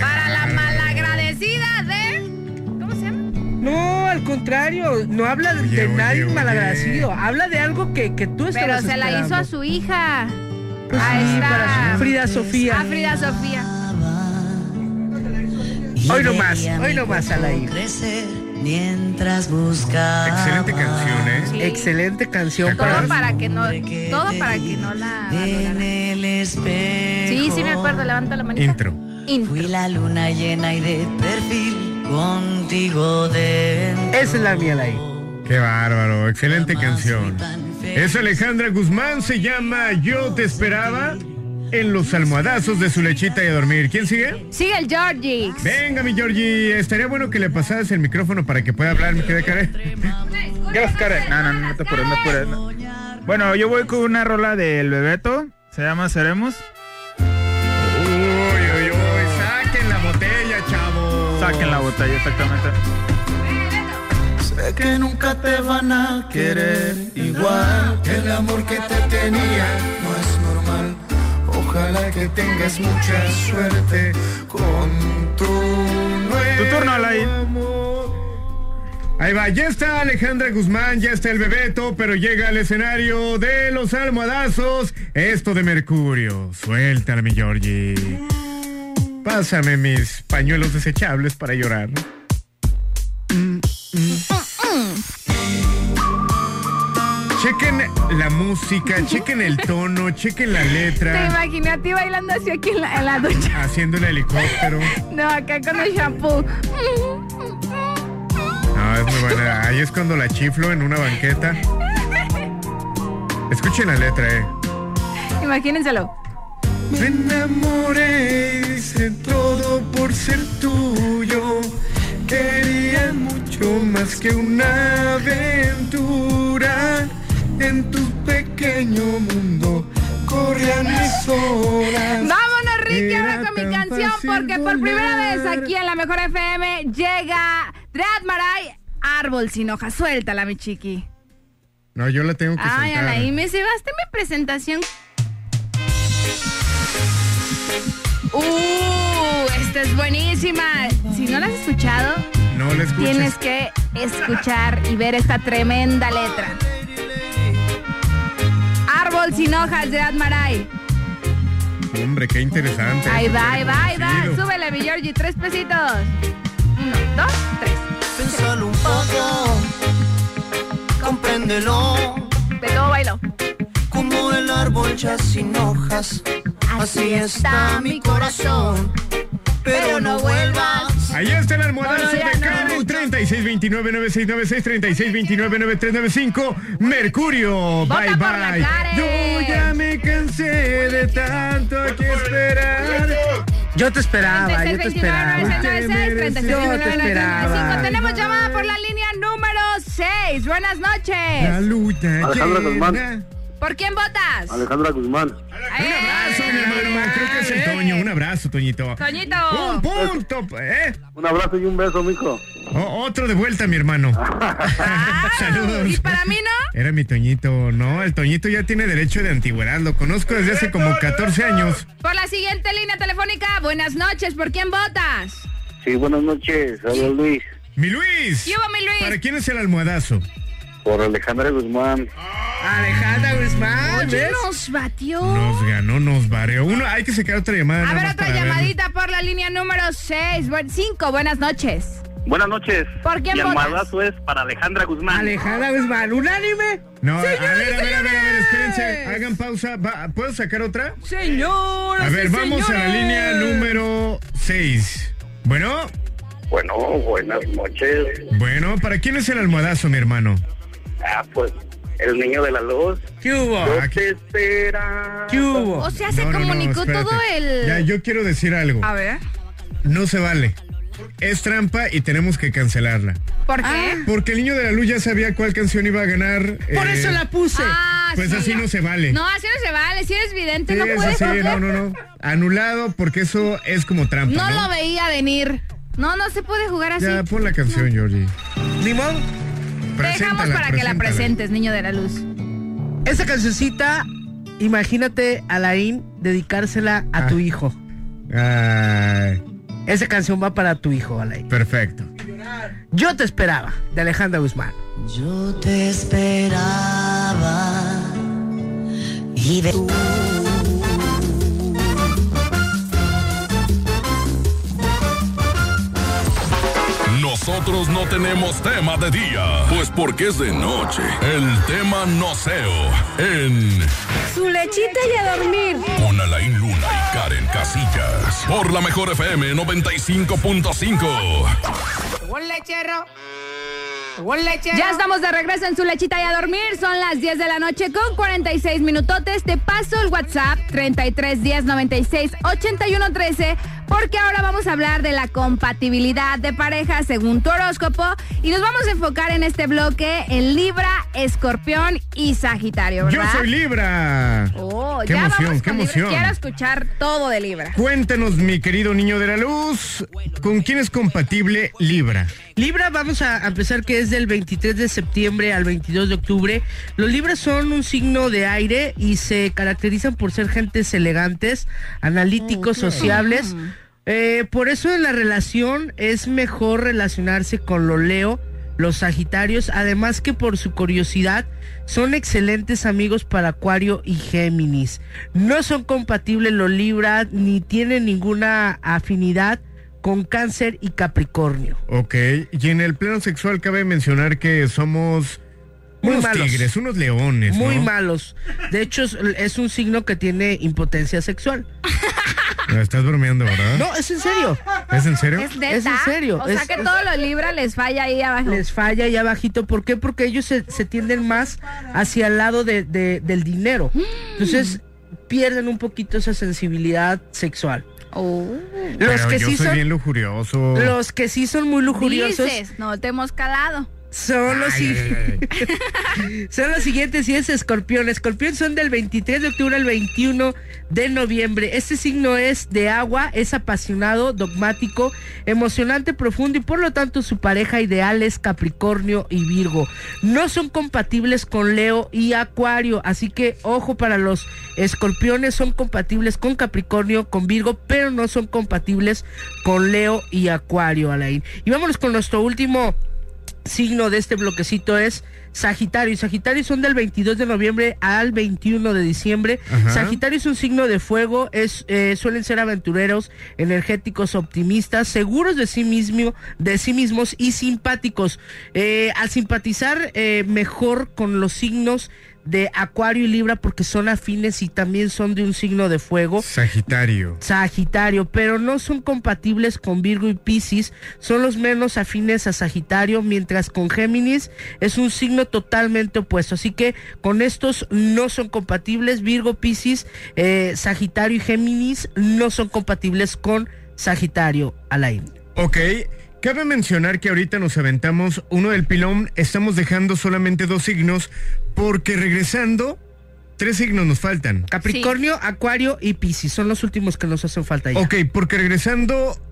Para la malagradecida de. ¿Cómo se llama?
No, al contrario, no habla de, de
oye,
nadie
oye.
malagradecido, habla de algo que, que tú
Pero
estabas
se la hizo a
esperando.
su hija.
Pues
a
sí,
esta-
para su- Ah, Frida Sofía.
A Frida Sofía.
Hoy no más, hoy no más al aire.
Mientras buscaba.
Excelente canción, ¿eh?
Sí.
Excelente canción
Todo
para
para que no. Todo para que no la.
En el espejo.
Sí, sí me acuerdo, levanta la manita.
Intro.
Fui la luna llena y de perfil contigo de.
Esa es la mía, la
Qué bárbaro, excelente canción. Es Alejandra Guzmán, se llama Yo te esperaba en los almohadazos de su lechita y a dormir. ¿Quién sigue?
Sigue el Georgie.
Venga, mi Georgie, estaría bueno que le pasaras el micrófono para que pueda hablar, mi querida Karen.
Gracias, Karen. No, no, no, no te apures, no te apures, no. Bueno, yo voy con una rola del Bebeto. Se llama Seremos.
Uy, uy, uy, saquen la botella, chavos.
Saquen la botella, exactamente.
Sé que nunca te van a querer igual. El amor que te tenía no es normal. Ojalá que tengas mucha suerte con tu nuevo
Tu turno, Alain.
Ahí va, ya está Alejandra Guzmán, ya está el Bebeto, pero llega al escenario de los almohadazos. Esto de Mercurio. Suéltala, mi Georgie. Pásame mis pañuelos desechables para llorar. Chequen la música, chequen el tono, chequen la
Te
letra,
imaginé a ti bailando así aquí en la, en la ducha. (laughs)
haciendo el helicóptero.
No, acá con el shampoo. (laughs)
No, es muy buena. Ahí es cuando la chiflo en una banqueta. Escuchen la letra, eh.
Imagínenselo.
Me enamoré, hice todo por ser tuyo. Quería mucho más que una aventura. En tu pequeño mundo corrían mis horas.
Vámonos, Ricky,
Era
ahora con mi
tan
canción,
fácil
porque por primera
volar.
vez aquí en la Mejor FM llega Dread Maray, árbol sin hoja. Suéltala, mi chiqui.
No, yo la tengo que
Ay,
soltar.
Alaí, me cebaste mi presentación. Uh, esta es buenísima. Si no la has escuchado,
No la escuches.
tienes que escuchar y ver esta tremenda letra. Árbol sin hojas de Admaray.
Hombre, qué interesante.
Ahí va, ahí va, ahí va.
Chido.
Súbele, mi Georgie, tres pesitos. Uno, dos, tres.
Pensalo un poco, compréndelo.
De todo bailo.
Como el árbol ya sin hojas,
Así está mi corazón, pero no vuelvas.
Ahí está el almohadazo
No, no, ya
de
no.
Karen 3629-9696, 3629-9395. Mercurio,
Vota
bye
por la
bye.
Karen.
Yo ya me cansé de tanto que esperar.
Yo te esperaba,
Este
yo te esperaba.
3629
Yo te esperaba.
Tenemos llamada por la línea número 6. Buenas noches.
Saluda.
Alejandra Guzmán.
¿Por quién votas?
Alejandra Guzmán.
Creo que es el Toño. Un abrazo, Toñito.
Toñito.
Un punto, ¿eh?
Un abrazo y un beso, mico.
O- otro de vuelta, mi hermano. (laughs) Saludos.
Ah. ¿Y para mí no?
Era mi Toñito, no, el Toñito ya tiene derecho de antigüedad, lo conozco desde hace como 14 años.
Por la siguiente línea telefónica. Buenas noches. ¿Por quién votas?
Sí, buenas noches. Habla Luis.
Mi Luis.
¿Qué hubo, mi Luis?
¿Para quién es el almohadazo?
Por Alejandra Guzmán.
Alejandra Guzmán,
Oye,
¿ves?
nos batió.
Nos ganó, nos bareó. Uno, hay que sacar otra llamada.
A
nada
ver,
más
otra
para ver.
llamadita por la línea número 6. 5, buenas noches.
Buenas noches.
¿Por quién
Mi
votas?
almohadazo es para Alejandra Guzmán.
Alejandra Guzmán, unánime.
No, a
Señores,
ver, a ver, a ver, a ver,
señores.
espérense. Hagan pausa. Va, ¿Puedo sacar otra?
Señoras
A ver,
y
vamos a la
señores.
línea número 6. Bueno,
Bueno, buenas noches.
bueno, ¿para quién es el almohadazo, mi hermano?
Ah, pues, el niño de la luz.
¿Qué hubo?
Yo te espera.
¿Qué hubo?
O sea, se comunicó
espérate.
todo el-
Ya, yo quiero decir algo.
A ver.
No se vale. Es trampa y tenemos que cancelarla.
¿Por qué?
Porque el niño de la luz ya sabía cuál canción iba a ganar.
Por
eh,
eso la puse. Ah,
Pues
sí.
así no se vale.
No, así no se vale. Si eres vidente,
Sí,
no
es
puedes.
así, no, no, no. Anulado porque eso es como trampa.
No
No,
lo veía venir. No, no se puede jugar así.
Ya, pon la canción, Jordi.
Limón.
Te dejamos para que la presentes, niño de la luz.
Esa cancioncita, imagínate a Laín dedicársela
Ah.
a tu hijo. Esa canción va para tu hijo, Alain.
Perfecto.
Yo te esperaba, de Alejandra Guzmán.
Yo te esperaba y de tú.
Nosotros no tenemos tema de día, pues porque es de noche. El tema no seo en
Su lechita y a dormir.
Con Alain Luna y Karen Casillas. Por la mejor FM 95.5.
¡Buen lechero! ¡Buen lechero!
Ya estamos de regreso en su lechita y a dormir. Son las 10 de la noche con 46 minutotes. Te paso el WhatsApp 33 10 96 81 13 porque ahora vamos a hablar de la compatibilidad de pareja según tu horóscopo y nos vamos a enfocar en este bloque en Libra, Escorpión y Sagitario,
Yo
¿verdad?
soy Libra.
Oh,
qué
ya
emoción,
vamos
qué
con Libra.
emoción.
Quiero escuchar todo de Libra.
Cuéntanos, mi querido niño de la luz, ¿con quién es compatible Libra?
Libra, vamos a a empezar que es del 23 de septiembre al 22 de octubre. Los Libras son un signo de aire y se caracterizan por ser gentes elegantes, analíticos, sociables. Eh, por eso en la relación es mejor relacionarse con los Leo, los Sagitarios, además que por su curiosidad son excelentes amigos para Acuario y Géminis. No son compatibles los Libras ni tienen ninguna afinidad con Cáncer y Capricornio.
Ok, y en el plano sexual cabe mencionar que somos
Muy
unos
malos.
tigres, unos leones.
Muy
¿no?
malos. De hecho, es- es un signo que tiene impotencia sexual.
No, Estás bromeando, ¿verdad?
No, es en serio.
¿Es en serio?
Es neta.
Es en serio.
O sea
es-
que
es-
todo lo Libra les falla ahí abajo.
les falla ahí abajito. ¿Por qué? Porque ellos se, se tienden más hacia el lado de- de- del dinero. Entonces, pierden un poquito esa sensibilidad sexual. Los
Pero
que
yo
sí
soy
son...
bien lujurioso.
Los que sí son muy lujuriosos
Dices, no te hemos calado.
son los,
Ay, ay, ay.
(laughs) son los siguientes y es escorpión. Escorpión son del 23 de octubre al 21 de noviembre. Este signo es de agua, es apasionado, dogmático, emocionante, profundo y por lo tanto su pareja ideal es Capricornio y Virgo. No son compatibles con Leo y Acuario, así que ojo para los escorpiones, son compatibles con Capricornio, con Virgo, pero no son compatibles con Leo y Acuario, Alain. Y vámonos con nuestro último signo de este bloquecito es Sagitario. Y Sagitario son del 22 de noviembre al 21 de diciembre.
Ajá.
Sagitario es un signo de fuego, es, eh, suelen ser aventureros, energéticos, optimistas, seguros de sí, mismo, de sí mismos y simpáticos. Eh, al simpatizar eh, mejor con los signos de Acuario y Libra porque son afines y también son de un signo de fuego.
Sagitario.
Sagitario, pero no son compatibles con Virgo y Piscis, son los menos afines a Sagitario, mientras con Géminis es un signo totalmente opuesto. Así que con estos no son compatibles. Virgo, Piscis, eh, Sagitario y Géminis no son compatibles con Sagitario, Alain.
Ok. Cabe mencionar que ahorita nos aventamos uno del pilón, estamos dejando solamente dos signos, porque regresando, tres signos nos faltan.
Capricornio, Acuario y Piscis son los últimos que nos hacen falta ya.
Ok, porque regresando,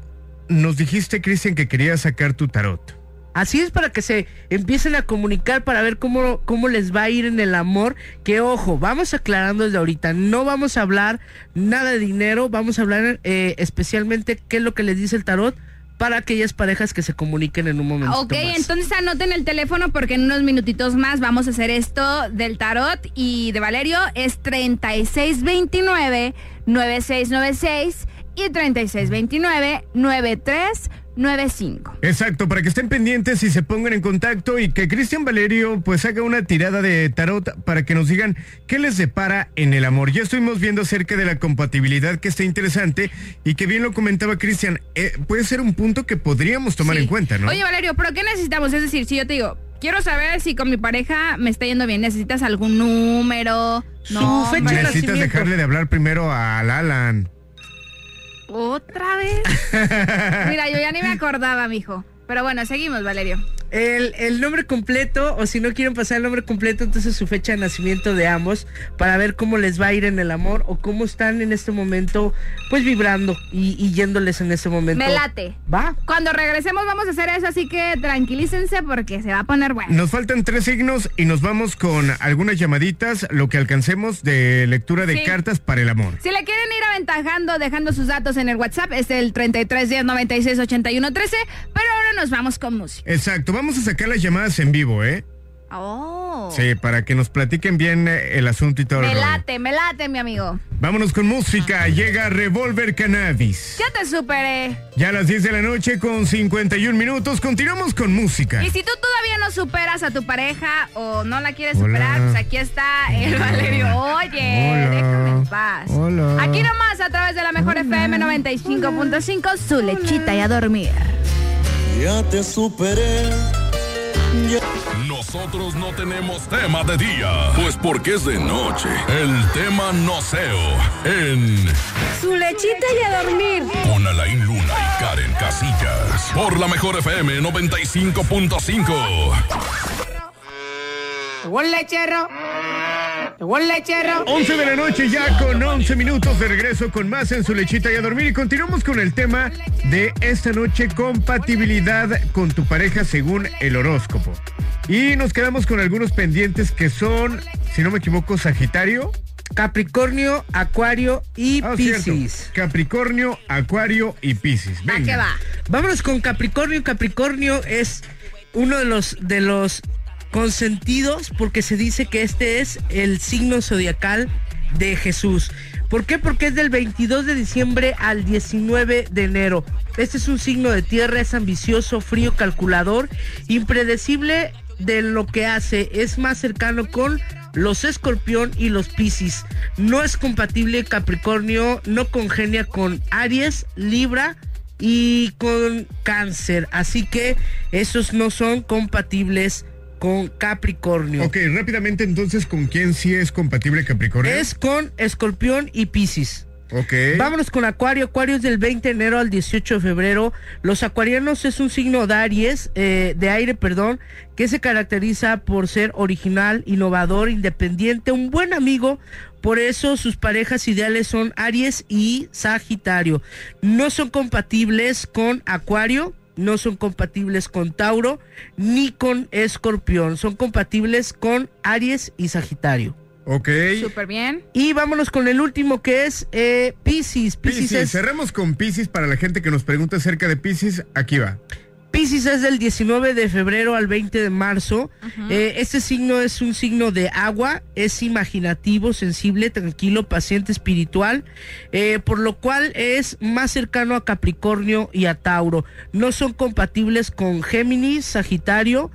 nos dijiste, Cristian, que querías sacar tu tarot.
Así es para que se empiecen a comunicar para ver cómo, cómo les va a ir en el amor. Que ojo, vamos aclarando desde ahorita. No vamos a hablar nada de dinero. Vamos a hablar eh, especialmente qué es lo que les dice el tarot para aquellas parejas que se comuniquen en un
Ah,
momento.
Ok, entonces anoten el teléfono porque en unos minutitos más vamos a hacer esto del tarot y de Valerio es 3629-9696 y 3629-9395.
Exacto, para que estén pendientes y se pongan en contacto y que Cristian Valerio pues haga una tirada de tarot para que nos digan qué les depara en el amor. Ya estuvimos viendo acerca de la compatibilidad que está interesante y que bien lo comentaba Cristian, eh, puede ser un punto que podríamos tomar en cuenta, ¿no?
Oye, Valerio, ¿pero qué necesitamos? Es decir, si yo te digo, quiero saber si con mi pareja me está yendo bien, ¿necesitas algún número? No,
Necesitas dejarle de hablar primero al Alan. (laughs)
¿Otra vez? Mira, yo ya ni me acordaba, mijo. Pero bueno, seguimos, Valerio.
El, el nombre completo, o si no quieren pasar el nombre completo, entonces su fecha de nacimiento de ambos, para ver cómo les va a ir en el amor o cómo están en este momento, pues vibrando y, y yéndoles en este momento.
Me late.
¿Va?
Cuando regresemos vamos a hacer eso, así que tranquilícense porque se va a poner bueno.
Nos faltan tres signos y nos vamos con algunas llamaditas, lo que alcancemos de lectura de
Sí.
cartas para el amor.
Si le quieren ir aventajando, dejando sus datos en el WhatsApp, es el 33 10 96 81 13, pero ahora nos vamos con música.
Exacto, vamos a sacar las llamadas en vivo, ¿eh?
Oh.
Sí, para que nos platiquen bien eh, el asunto y todo. el
Me
rollo.
late, me late, mi amigo.
Vámonos con música, llega Revolver Cannabis.
Ya te superé.
Ya a las 10 de la noche con 51 minutos, continuamos con música.
Y si tú todavía no superas a tu pareja o no la quieres
Hola.
superar, pues aquí está el Valerio. Oye, déjame en paz.
Hola.
Aquí nomás a través de la mejor FM 95.5, su lechita y a dormir.
Ya te superé. Nosotros no tenemos tema de día, pues porque es de noche. El tema no seo en
Su lechita y a dormir.
Con Alain Luna y Karen Casillas. Por la mejor FM 95.5.
Llegó el lechero. Llegó el lechero.
11 de la noche ya con 11 minutos de regreso con más en su lechita y a dormir y continuamos con el tema de esta noche compatibilidad con tu pareja según el horóscopo. Y nos quedamos con algunos pendientes que son, si no me equivoco, Sagitario, Ah,
Capricornio, Acuario y
Oh,
Piscis.
Capricornio, Acuario y Piscis.
Ah,
¿A
Venga.
Vámonos con Capricornio. Capricornio es uno de los de los consentidos porque se dice que este es el signo zodiacal de Jesús. ¿Por qué? Porque es del 22 de diciembre al 19 de enero. Este es un signo de tierra, es ambicioso, frío, calculador, impredecible de lo que hace. Es más cercano con los escorpión y los piscis. No es compatible Capricornio, no congenia con Aries, Libra, y con cáncer. Así que esos no son compatibles con Capricornio.
Ok, rápidamente entonces, ¿con quién sí es compatible Capricornio?
Es con escorpión y piscis.
Ok.
Vámonos con Acuario. Acuario es del 20 de enero al 18 de febrero. Los acuarianos es un signo de Aries, eh, de aire, perdón, que se caracteriza por ser original, innovador, independiente, un buen amigo. Por eso sus parejas ideales son Aries y Sagitario. No son compatibles con Acuario. No son compatibles con Tauro ni con Escorpión. Son compatibles con Aries y Sagitario.
Ok.
Súper bien.
Y vámonos con el último que es eh, Pisces. Pisces
Piscis,
es,
cerremos con Piscis para la gente que nos pregunta acerca de Piscis, aquí va.
Piscis es del 19 de febrero al 20 de marzo. Eh, este signo es un signo de agua, es imaginativo, sensible, tranquilo, paciente, espiritual, eh, por lo cual es más cercano a Capricornio y a Tauro. No son compatibles con Géminis, Sagitario,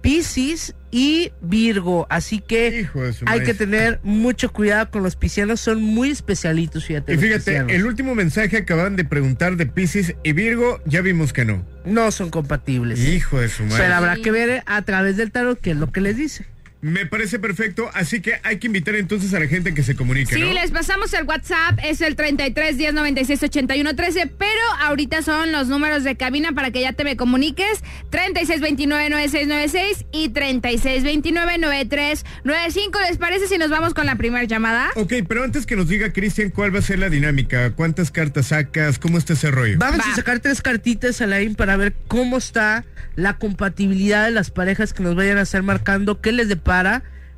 Piscis y Virgo. Así que
su
Eh, hay
maíz.
que tener mucho cuidado con los piscianos. Son muy especialitos, fíjate.
Y
los
fíjate,
piscianos.
el último mensaje acaban de preguntar de Pisces y Virgo, ya vimos que no.
No son compatibles.
Hijo de su madre.
Pero habrá que ver eh, a través del tarot qué es lo que les dice.
Me parece perfecto, así que hay que invitar entonces a la gente que se comunique,
Sí,
¿no?
les pasamos el WhatsApp, es el 33 10 96 81 13, pero ahorita son los números de cabina para que ya te me comuniques, 36 29 96 96 y 36 29 93 95, ¿les parece si nos vamos con la primera llamada?
Ok, pero antes que nos diga Cristian cuál va a ser la dinámica, cuántas cartas sacas, cómo está ese rollo.
Vamos a sacar tres cartitas, Alain, para ver cómo está la compatibilidad de las parejas que nos vayan a estar marcando, qué les depara.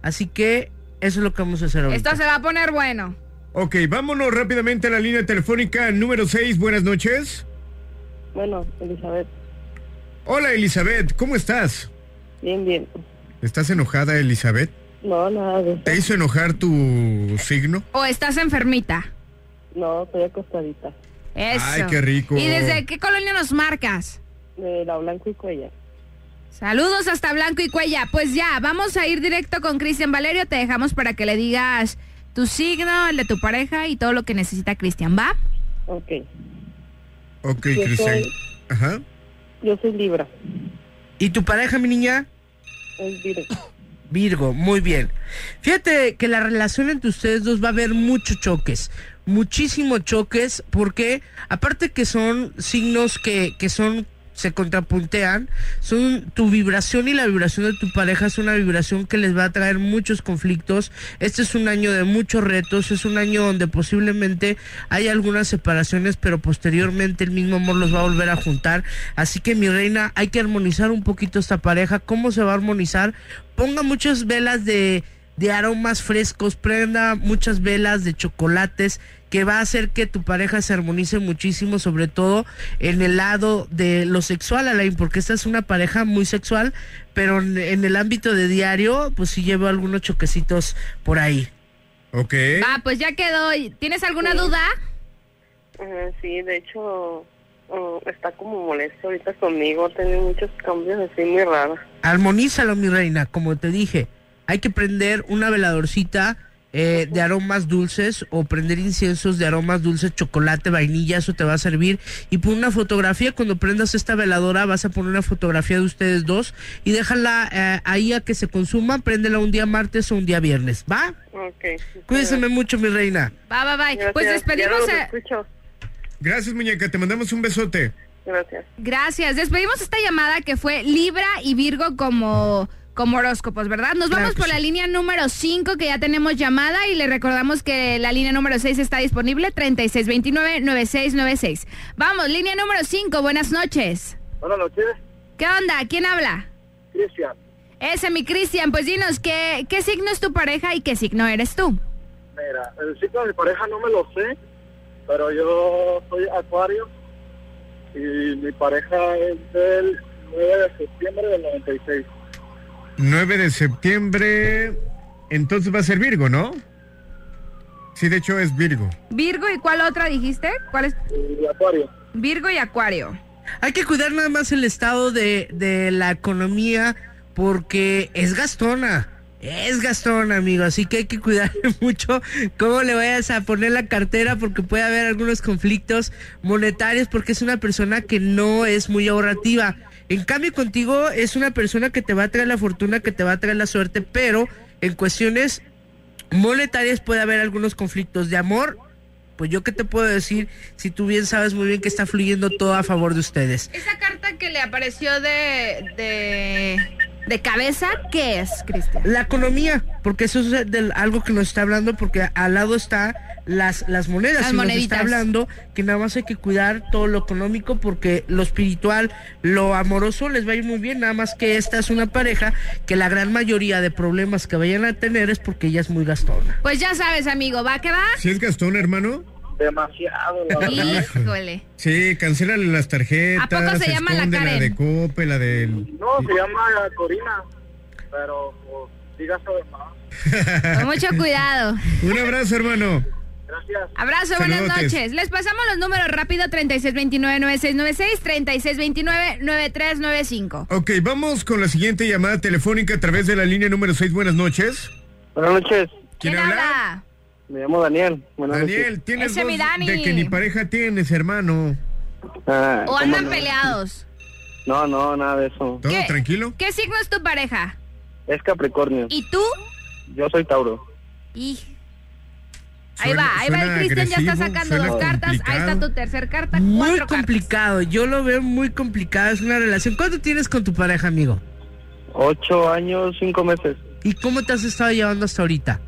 Así que eso es lo que vamos a hacer hoy.
Esto se va a poner bueno.
Ok, vámonos rápidamente a la línea telefónica número 6, buenas noches.
Bueno, Elizabeth,
Hola Elizabeth, ¿cómo estás?
bien, bien.
¿Estás enojada Elizabeth?
No, nada de
¿Te hizo enojar tu signo?
¿O estás enfermita?
No, estoy acostadita.
Eso.
Ay, qué rico.
¿Y desde qué colonia nos marcas?
De la Blanco y Cuella.
Saludos hasta Blanco y Cuella. Pues ya, vamos a ir directo con Cristian Valerio. Te dejamos para que le digas tu signo, el de tu pareja y todo lo que necesita Cristian, ¿va?
Ok.
Ok,
Yo
Cristian.
soy-
Ajá.
Yo soy Libra.
¿Y tu pareja, mi niña?
Es Virgo.
Virgo, muy bien. Fíjate que la relación entre ustedes dos va a haber muchos choques, muchísimos choques, porque aparte que son signos que, que son se contrapuntean, son tu vibración y la vibración de tu pareja es una vibración que les va a traer muchos conflictos. Este es un año de muchos retos, es un año donde posiblemente hay algunas separaciones, pero posteriormente el mismo amor los va a volver a juntar. Así que mi reina, hay que armonizar un poquito esta pareja. ¿Cómo se va a armonizar? Ponga muchas velas de, de aromas frescos, prenda muchas velas de chocolates que va a hacer que tu pareja se armonice muchísimo, sobre todo en el lado de lo sexual, Alain, porque esta es una pareja muy sexual, pero en, en el ámbito de diario, pues sí llevo algunos choquecitos por ahí.
Ok.
Ah, pues ya quedó. ¿Y ¿Tienes alguna duda?
Ajá, sí, de hecho, oh, está como molesto ahorita conmigo. Ha tenido muchos cambios así muy raros.
Armonízalo, mi reina, como te dije. Hay que prender una veladorcita eh, de aromas dulces o prender inciensos de aromas dulces, chocolate, vainilla, eso te va a servir. Y pon una fotografía, cuando prendas esta veladora vas a poner una fotografía de ustedes dos y déjala eh, ahí a que se consuma, préndela un día martes o un día viernes, ¿va?
Ok.
Cuídenseme mucho, mi reina.
Va, va, va.
Gracias,
Pues
ya
despedimos.
los
a-
escucho.
Gracias, muñeca, te mandamos un besote.
Gracias.
Gracias. Despedimos esta llamada que fue Libra y Virgo como, como horóscopos, ¿verdad? Nos
Claro
vamos
que
por
sí.
la línea número 5 que ya tenemos llamada y le recordamos que la línea número 6 está disponible 3629-9696. Vamos, línea número 5, buenas noches.
Buenas noches,
¿Qué onda? ¿Quién habla?
Cristian.
Ese mi Cristian, pues dinos, ¿qué, ¿qué signo es tu pareja y qué signo eres tú?
Mira, el ciclo de mi pareja no me lo sé, pero yo soy acuario y mi pareja es del 9 de septiembre del 96.
9 de septiembre. Entonces va a ser Virgo, ¿no? Sí, de hecho es Virgo.
Virgo y cuál otra dijiste? ¿Cuál es?
Acuario.
Virgo y Acuario.
Hay que cuidar nada más el estado de, de la economía porque es gastona. Es gastona, amigo, así que hay que cuidar (laughs) mucho cómo le vayas a poner la cartera porque puede haber algunos conflictos monetarios porque es una persona que no es muy ahorrativa. En cambio, contigo es una persona que te va a traer la fortuna, que te va a traer la suerte, pero en cuestiones monetarias puede haber algunos conflictos de amor. Pues yo qué te puedo decir si tú bien sabes muy bien que está fluyendo todo a favor de ustedes.
Esa carta que le apareció de, de, de cabeza, ¿qué es, Cristian?
La economía, porque eso es del- algo que nos está hablando, porque al lado está las, las monedas.
Las
y nos
moneditas.
está hablando que nada más hay que cuidar todo lo económico, porque lo espiritual, lo amoroso les va a ir muy bien, nada más que esta es una pareja que la gran mayoría de problemas que vayan a tener es porque ella es muy gastona.
Pues ya sabes, amigo, ¿va que va?
¿Sí es Gastón, hermano?
Demasiado.
Híjole.
Sí, cancélale las tarjetas.
¿A poco se llama la
esconde
Karen?
de Cope, la del...
No, se llama Corina, pero pues, digas además.
Con mucho cuidado.
Un abrazo, hermano.
Gracias.
Abrazo, buenas
Saludotes.
noches. Les pasamos los números rápido 3629-9696, 3629-9395.
Ok, vamos con la siguiente llamada telefónica a través de la línea número 6. Buenas noches.
Buenas noches.
¿Quién, habla?
Me llamo Daniel. Buenas
Daniel,
noches.
tienes
Ese
voz
mi Dani.
de que ni pareja tienes, hermano.
Ah,
¿O andan
¿cómo
peleados?
No, no, no, nada de eso.
¿Qué?
tranquilo.
¿Qué signo es tu pareja?
Es Capricornio.
¿Y tú?
Yo soy Tauro.
Y... Ahí
Suena-
va, ahí va el
suena
Cristian, ya está
agresivo,
sacando
suena
dos cartas, ahí
complicado.
está tu tercer carta,
Muy
cuatro cartas.
complicado, yo lo veo muy complicado, es una relación. ¿Cuánto tienes con tu pareja, amigo?
Ocho años, cinco meses.
¿Y cómo te has estado llevando hasta ahorita?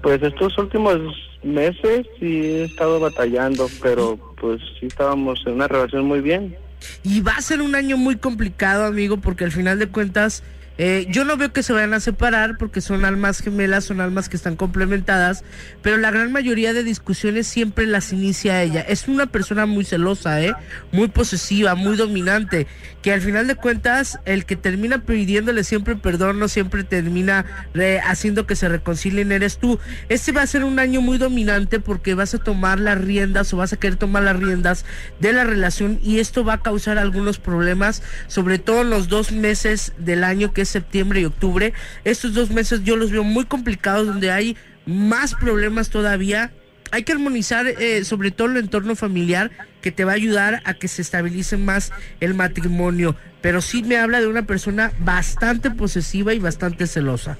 Pues estos últimos meses sí he estado batallando, pero pues sí estábamos en una relación muy bien.
Y va a ser un año muy complicado, amigo, porque al final de cuentas, eh, yo no veo que se vayan a separar porque son almas gemelas, son almas que están complementadas, pero la gran mayoría de discusiones siempre las inicia ella. Es una persona muy celosa, ¿eh? muy posesiva, muy dominante, que al final de cuentas, el que termina pidiéndole siempre perdón, no siempre termina re- haciendo que se reconcilien, eres tú. Este va a ser un año muy dominante porque vas a tomar las riendas o vas a querer tomar las riendas de la relación y esto va a causar algunos problemas, sobre todo en los dos meses del año que es septiembre y octubre. Estos dos meses yo los veo muy complicados donde hay más problemas todavía. Hay que armonizar eh, sobre todo el entorno familiar que te va a ayudar a que se estabilice más el matrimonio. Pero sí me habla de una persona bastante posesiva y bastante celosa.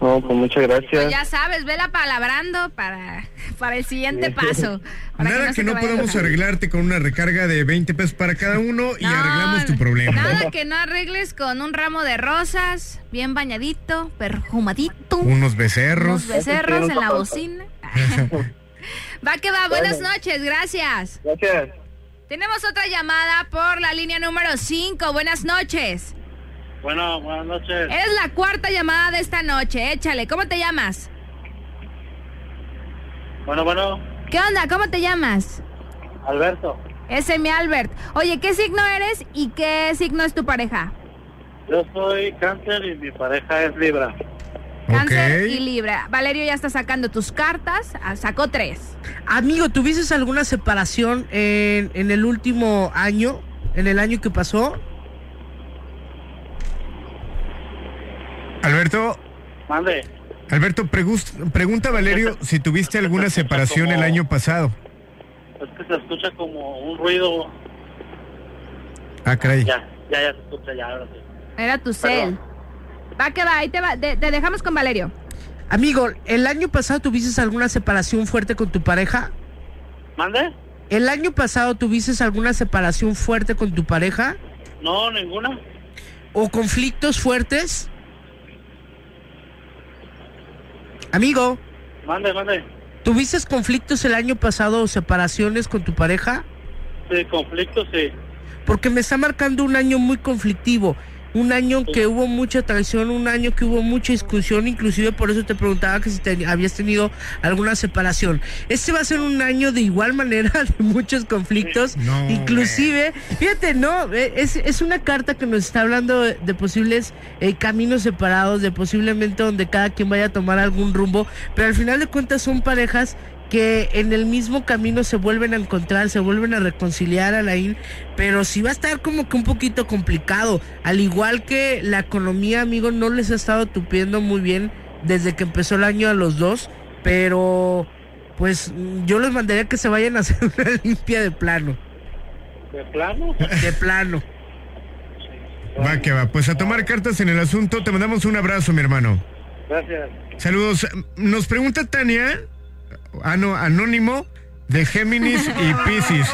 No, pues muchas
Pues
gracias.
ya sabes, vela palabrando para, para el siguiente paso. para
Nada
se
que
te
no
vaya a
podamos
tocar.
arreglarte con una recarga de 20 pesos para cada uno y arreglamos tu problema.
Nada que no arregles con un ramo de rosas, bien bañadito, perfumadito,
Unos becerros.
unos becerros en la bocina. (laughs) Va que va, buenas noches, gracias.
Gracias.
Tenemos otra llamada por la línea número 5, buenas noches.
Bueno, buenas noches.
Eres la cuarta llamada de esta noche, échale, ¿cómo te llamas?
Bueno, bueno,
¿Qué onda? ¿Cómo te llamas?
Alberto,
Ese mi Albert. Oye, ¿qué signo eres y qué signo es tu pareja?
yo soy cáncer y mi pareja es Libra.
Cáncer y Libra. Valerio ya está sacando tus cartas, ah, sacó tres.
Amigo, ¿tuviste alguna separación en, en el último año? ¿En el año que pasó?
Alberto,
Mande.
Alberto, pregus- pregunta
(laughs)
a Valerio si tuviste alguna separación el año pasado.
Es que se escucha como un ruido.
Ah, caray.
Ya, ya, ya se escucha, ya, ahora sí.
Era tu cel. Va que va, ahí te va. de- te dejamos con Valerio.
Amigo, ¿el año pasado tuviste alguna separación fuerte con tu pareja?
¿Mande?
¿El año pasado tuviste alguna separación fuerte con tu pareja?
No, ninguna.
¿O conflictos fuertes? Amigo,
Mande, mande.
¿tuviste conflictos el año pasado o separaciones con tu pareja?
Sí, conflicto, sí.
porque me está marcando un año muy conflictivo, un año que hubo mucha traición, un año que hubo mucha discusión, inclusive por eso te preguntaba que si te- habías tenido alguna separación. Este va a ser un año de igual manera (laughs) de muchos conflictos,
No,
inclusive, fíjate, no, Eh, es, es una carta que nos está hablando de, de posibles eh, caminos separados, de posiblemente donde cada quien vaya a tomar algún rumbo, pero al final de cuentas son parejas que en el mismo camino se vuelven a encontrar, se vuelven a reconciliar Alain, pero sí va a estar como que un poquito complicado, al igual que la economía, amigo, no les ha estado tupiendo muy bien desde que empezó el año a los dos, pero pues mm, yo les mandaría que se vayan a hacer (laughs) una limpia de plano,
¿De plano?
de plano.
Va que va. Pues a tomar cartas en el asunto, te mandamos un abrazo, mi hermano.
Gracias.
Saludos. Nos pregunta Tania, ah, no, anónimo, de Géminis y Pisces.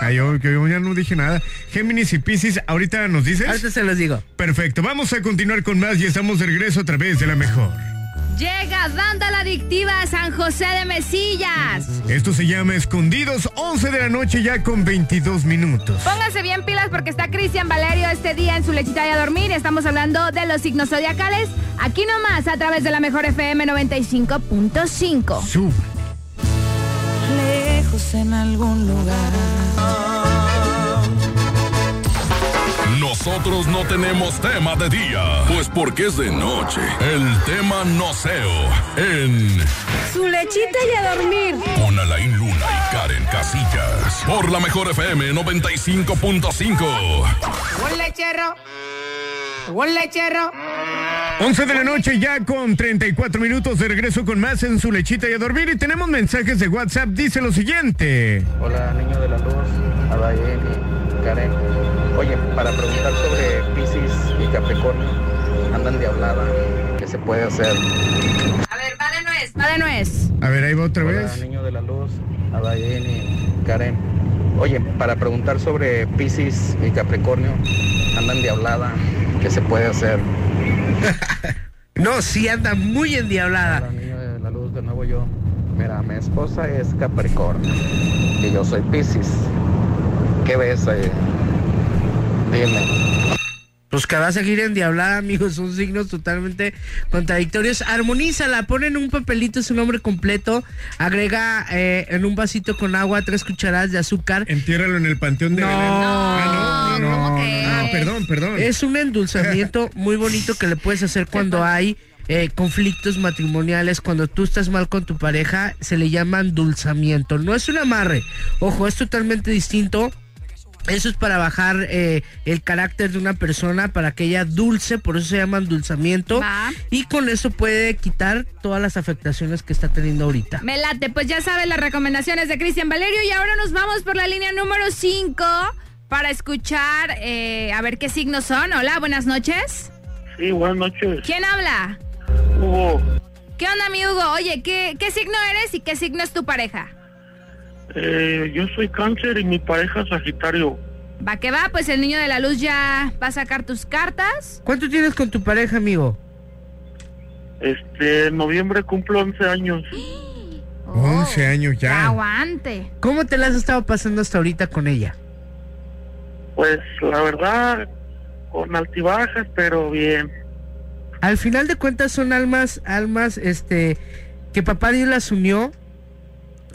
Ay, yo, que yo ya no dije nada. Géminis y Pisces, ahorita nos dices. Ahorita
se los digo.
Perfecto, vamos a continuar con más y estamos de regreso a través de la mejor.
Llega Banda La Adictiva a San José de Mesillas.
Esto se llama Escondidos, 11 de la noche ya con 22 minutos.
Pónganse bien pilas porque está Cristian Valerio este día en su lechita y a dormir. Estamos hablando de los signos zodiacales. Aquí nomás a través de la mejor FM 95.5.
Lejos en algún lugar.
Nosotros no tenemos tema de día, pues porque es de noche. El tema no seo en
Su lechita y a dormir.
Con Alain Luna y Karen Casillas. Por la mejor FM 95.5.
un lechero, un lechero.
11 de la noche ya con 34 minutos de regreso con más en su lechita y a dormir y tenemos mensajes de WhatsApp. Dice lo siguiente.
Hola, niño de la luz, Adael y Karen. Oye, para preguntar sobre Pisces y Capricornio, andan de hablada. ¿Qué se puede hacer?
A ver, va de nuez, va de nuez.
A ver, ahí va otra
Hola,
Pues,
vez.
niño de la luz, Adael y Karen. Oye, para preguntar sobre Pisces y Capricornio, andan de hablada. ¿Qué se puede hacer?
(laughs) No, sí anda muy endiablada.
de la luz de nuevo yo. Mira, mi esposa es Capricornio y yo soy Piscis. ¿Qué ves ahí? Dime.
Pues que va a seguir endiablada, amigos. Son signos totalmente contradictorios. Armonízala, pon en un papelito su nombre completo. Agrega eh, en un vasito con agua tres cucharadas de azúcar.
Entiérralo en el panteón de
no,
Belén.
No, no, no,
Ah, perdón, perdón.
Es un endulzamiento muy bonito que le puedes hacer cuando hay eh, conflictos matrimoniales, cuando tú estás mal con tu pareja, se le llama endulzamiento. No es un amarre. Ojo, es totalmente distinto. Eso es para bajar eh, el carácter de una persona, para que ella dulce, por eso se llama endulzamiento. Y con eso puede quitar todas las afectaciones que está teniendo ahorita.
Me late, pues ya sabes las recomendaciones de Cristian Valerio y ahora nos vamos por la línea número 5 para escuchar eh, a ver qué signos son. Hola, buenas noches.
Sí, buenas noches.
¿Quién habla?
Hugo,
¿Qué onda, mi Hugo? Oye, ¿qué, qué signo eres y qué signo es tu pareja?
eh, yo soy cáncer y mi pareja es Sagitario.
Va que va, pues el niño de la luz ya va a sacar tus cartas.
¿Cuánto tienes con tu pareja, amigo?
Este, en noviembre cumplo 11 años.
11 años Oh, ya.
Oh, Aguante.
¿Cómo te la has estado pasando hasta ahorita con ella?
Pues la verdad, con altibajas, pero bien.
Al final de cuentas son almas, almas, este, que papá Dios las unió.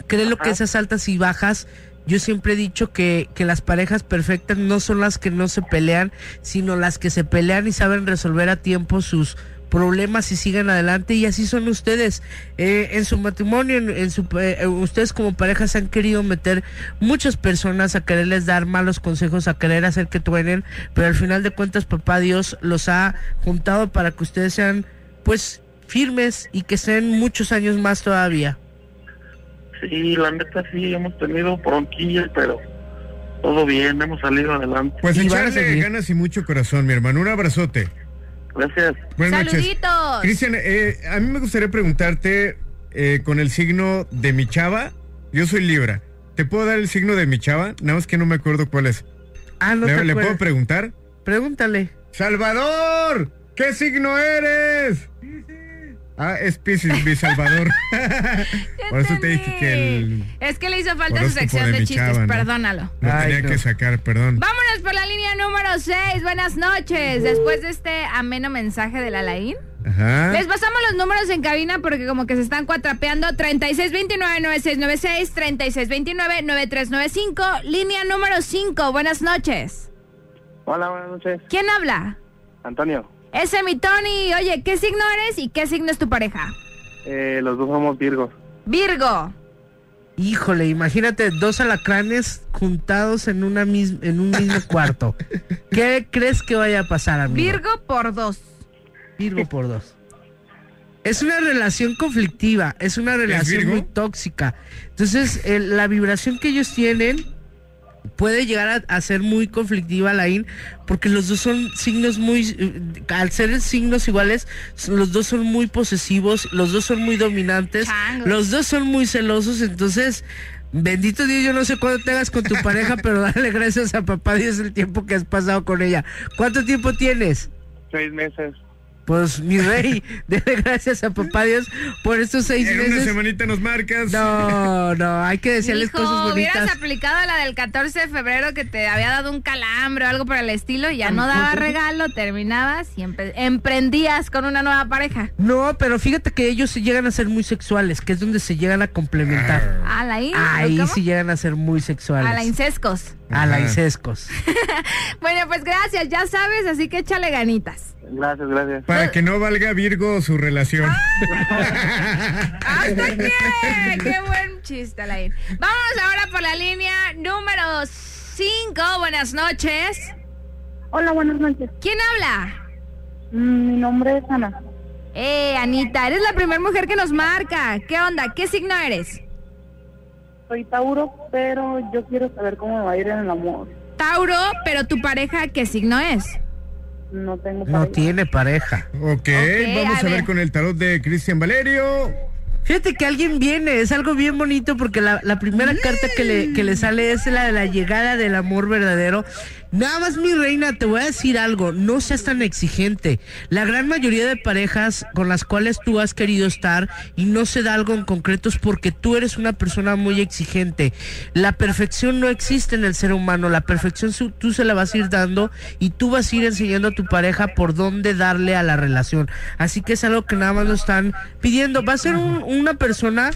Creo lo que esas altas y bajas. Yo siempre he dicho que, que las parejas perfectas no son las que no se pelean, sino las que se pelean y saben resolver a tiempo sus problemas y siguen adelante y así son ustedes Eh, en su matrimonio en, en su eh, ustedes como pareja se han querido meter muchas personas a quererles dar malos consejos a querer hacer que truenen pero al final de cuentas papá Dios los ha juntado para que ustedes sean pues firmes y que sean muchos años más todavía
Sí, la neta sí, hemos tenido bronquillas, pero todo bien, hemos salido adelante.
Pues echarle ganas y mucho corazón, mi hermano. Un abrazote.
Gracias.
Buenas
Saluditos.
noches. Cristian, eh, a mí me gustaría preguntarte eh, con el signo de mi chava. Yo soy Libra. ¿Te puedo dar el signo de mi chava? Nada más que no me acuerdo cuál es.
Ah, no
¿Le,
te
le
acuerdas.
puedo preguntar?
Pregúntale.
¡Salvador! ¿Qué signo eres? Ah, es Pisces, mi
(laughs)
Salvador. Por eso te dije que el...
Es que le hizo falta su
horóscopo
sección de,
mi
chistes,
chava, ¿no?
perdónalo.
Lo
Ay,
tenía
no.
que sacar, perdón.
Vámonos por la línea número 6. Buenas noches. Después de este ameno mensaje de la Laín.
Ajá.
Les pasamos los números en cabina porque como que se están cuatrapeando 3629-9696, 3629-9395, línea número 5, buenas noches.
Hola, buenas noches.
¿Quién habla?
Antonio,
Ese mi Tony, oye, ¿qué signo eres y qué signo es tu pareja?
eh, los dos somos Virgos.
Virgo.
Híjole, imagínate dos alacranes juntados en una mis- en un mismo cuarto. ¿Qué crees que vaya a pasar, amigo?
Virgo por dos.
Virgo por dos. Es una relación conflictiva, es una relación
Virgo?
muy tóxica. Entonces, el- la vibración que ellos tienen puede llegar a, a ser muy conflictiva, Laín, porque los dos son signos muy, eh, al ser signos iguales, s- los dos son muy posesivos, los dos son muy dominantes, los dos son muy celosos, entonces... Bendito Dios, yo no sé cuándo te hagas con tu pareja, (laughs) pero dale gracias a papá Dios el tiempo que has pasado con ella. ¿Cuánto tiempo tienes?
Seis meses.
Pues mi rey, (laughs) debe gracias a papá Dios por estos seis
En una
meses.
semanita nos marcas.
No, no, hay que decirles
Hijo,
cosas bonitas.
hubieras aplicado la del 14 de febrero que te había dado un calambre o algo por el estilo y ya no daba regalo, terminabas y empe- emprendías con una nueva pareja.
No, pero fíjate que ellos se llegan a ser muy sexuales, que es donde se llegan a complementar.
A la in,
Ahí
¿cómo?
sí llegan a ser muy sexuales.
A la incescos.
A la incescos.
Bueno, pues gracias, ya sabes, así que échale
(laughs)
ganitas.
Gracias, gracias. Para que no valga Virgo su relación.
Ah. ¡Hasta aquí! ¡Ah, ¡Qué buen chiste, Alain! Vamos ahora por la línea número 5. Buenas noches.
Hola, buenas noches. Mm,
¿Quién habla?
Mi nombre es Ana.
Eh, Anita, eres la primera mujer que nos marca. ¿Qué onda? ¿Qué signo eres?
Soy Tauro, pero yo quiero saber cómo me va a ir en el amor.
Tauro, pero tu pareja, ¿qué signo es?
No tengo
No
tiene pareja.
Ok, vamos
a
a, ver.
ver.
con el tarot de Cristian Valerio.
Fíjate que alguien viene, es algo bien bonito porque la, la primera carta que le, que le sale es la de la llegada del amor verdadero. Nada más mi reina, te voy a decir algo, no seas tan exigente. La gran mayoría de parejas con las cuales tú has querido estar y no se da algo en concreto es porque tú eres una persona muy exigente. La perfección no existe en el ser humano, la perfección su- tú se la vas a ir dando y tú vas a ir enseñando a tu pareja por dónde darle a la relación. Así que es algo que nada más nos están pidiendo. Va a ser un- una persona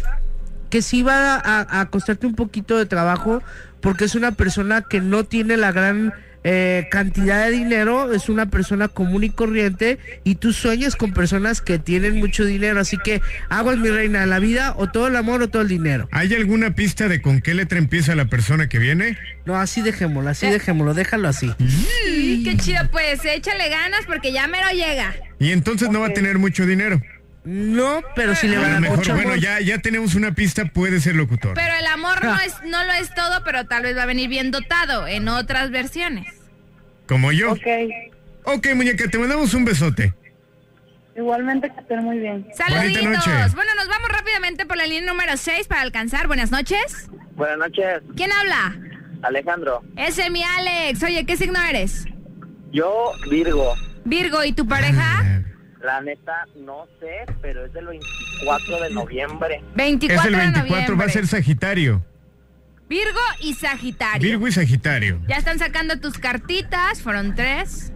que sí va a, a costarte un poquito de trabajo porque es una persona que no tiene la gran eh, cantidad de dinero, es una persona común y corriente y tú sueñas con personas que tienen mucho dinero, así que aguas mi reina, la vida o todo el amor o todo el dinero.
¿Hay alguna pista de con qué letra empieza la persona que viene?
No, así dejémoslo,
Eh.
así dejémoslo, déjalo así.
Mm, Qué chido, pues échale ganas porque ya mero llega.
Y entonces no va a tener mucho dinero.
No, pero si le va a dar mucho amor.
Bueno, ya, ya tenemos una pista, puede ser locutor.
Pero el amor no es no lo es todo, pero tal vez va a venir bien dotado en otras versiones.
Como yo. Ok. Ok, muñeca, te mandamos un besote.
Igualmente que estén muy bien.
Saluditos.
noche.
Bueno, nos vamos rápidamente por la línea número 6 para alcanzar. Buenas noches.
Buenas noches,
¿Quién habla?
Alejandro.
Ese mi Alex. Oye, ¿qué signo eres?
Yo, Virgo,
Virgo, ¿y tu pareja?
la neta no sé, pero es del 24 de noviembre.
24
es el
de
24,
noviembre.
va a ser Sagitario.
Virgo y Sagitario.
Virgo y Sagitario.
Ya están sacando tus cartitas, fueron tres.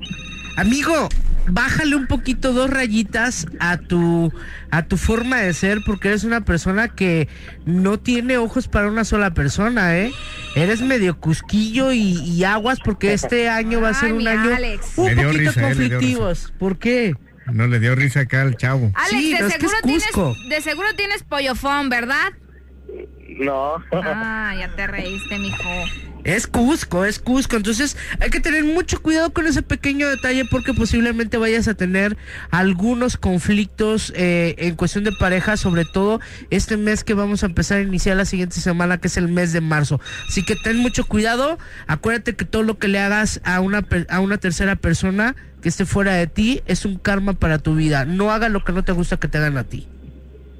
Amigo, bájale un poquito dos rayitas a tu a tu forma de ser porque eres una persona que no tiene ojos para una sola persona, ¿eh? Eres medio cusquillo y, y aguas porque
(laughs)
este año va a ser
Ay,
un
mi
año
Alex.
un
Le dio
poquito
risa, eh, le dio
conflictivos. ¿Por qué?
No le dio risa acá al chavo.
Alex,
Sí,
de,
no, es que
seguro
es Cusco.
tienes, de seguro tienes pollofón, ¿verdad?
No.
Ah, ya te reíste, mijo.
Es Cusco, es Cusco. Entonces hay que tener mucho cuidado con ese pequeño detalle porque posiblemente vayas a tener algunos conflictos eh, en cuestión de pareja, sobre todo este mes que vamos a empezar a iniciar la siguiente semana, que es el mes de marzo. Así que ten mucho cuidado. Acuérdate que todo lo que le hagas a una, per- a una tercera persona que esté fuera de ti es un karma para tu vida. No hagas lo que no te gusta que te hagan a ti.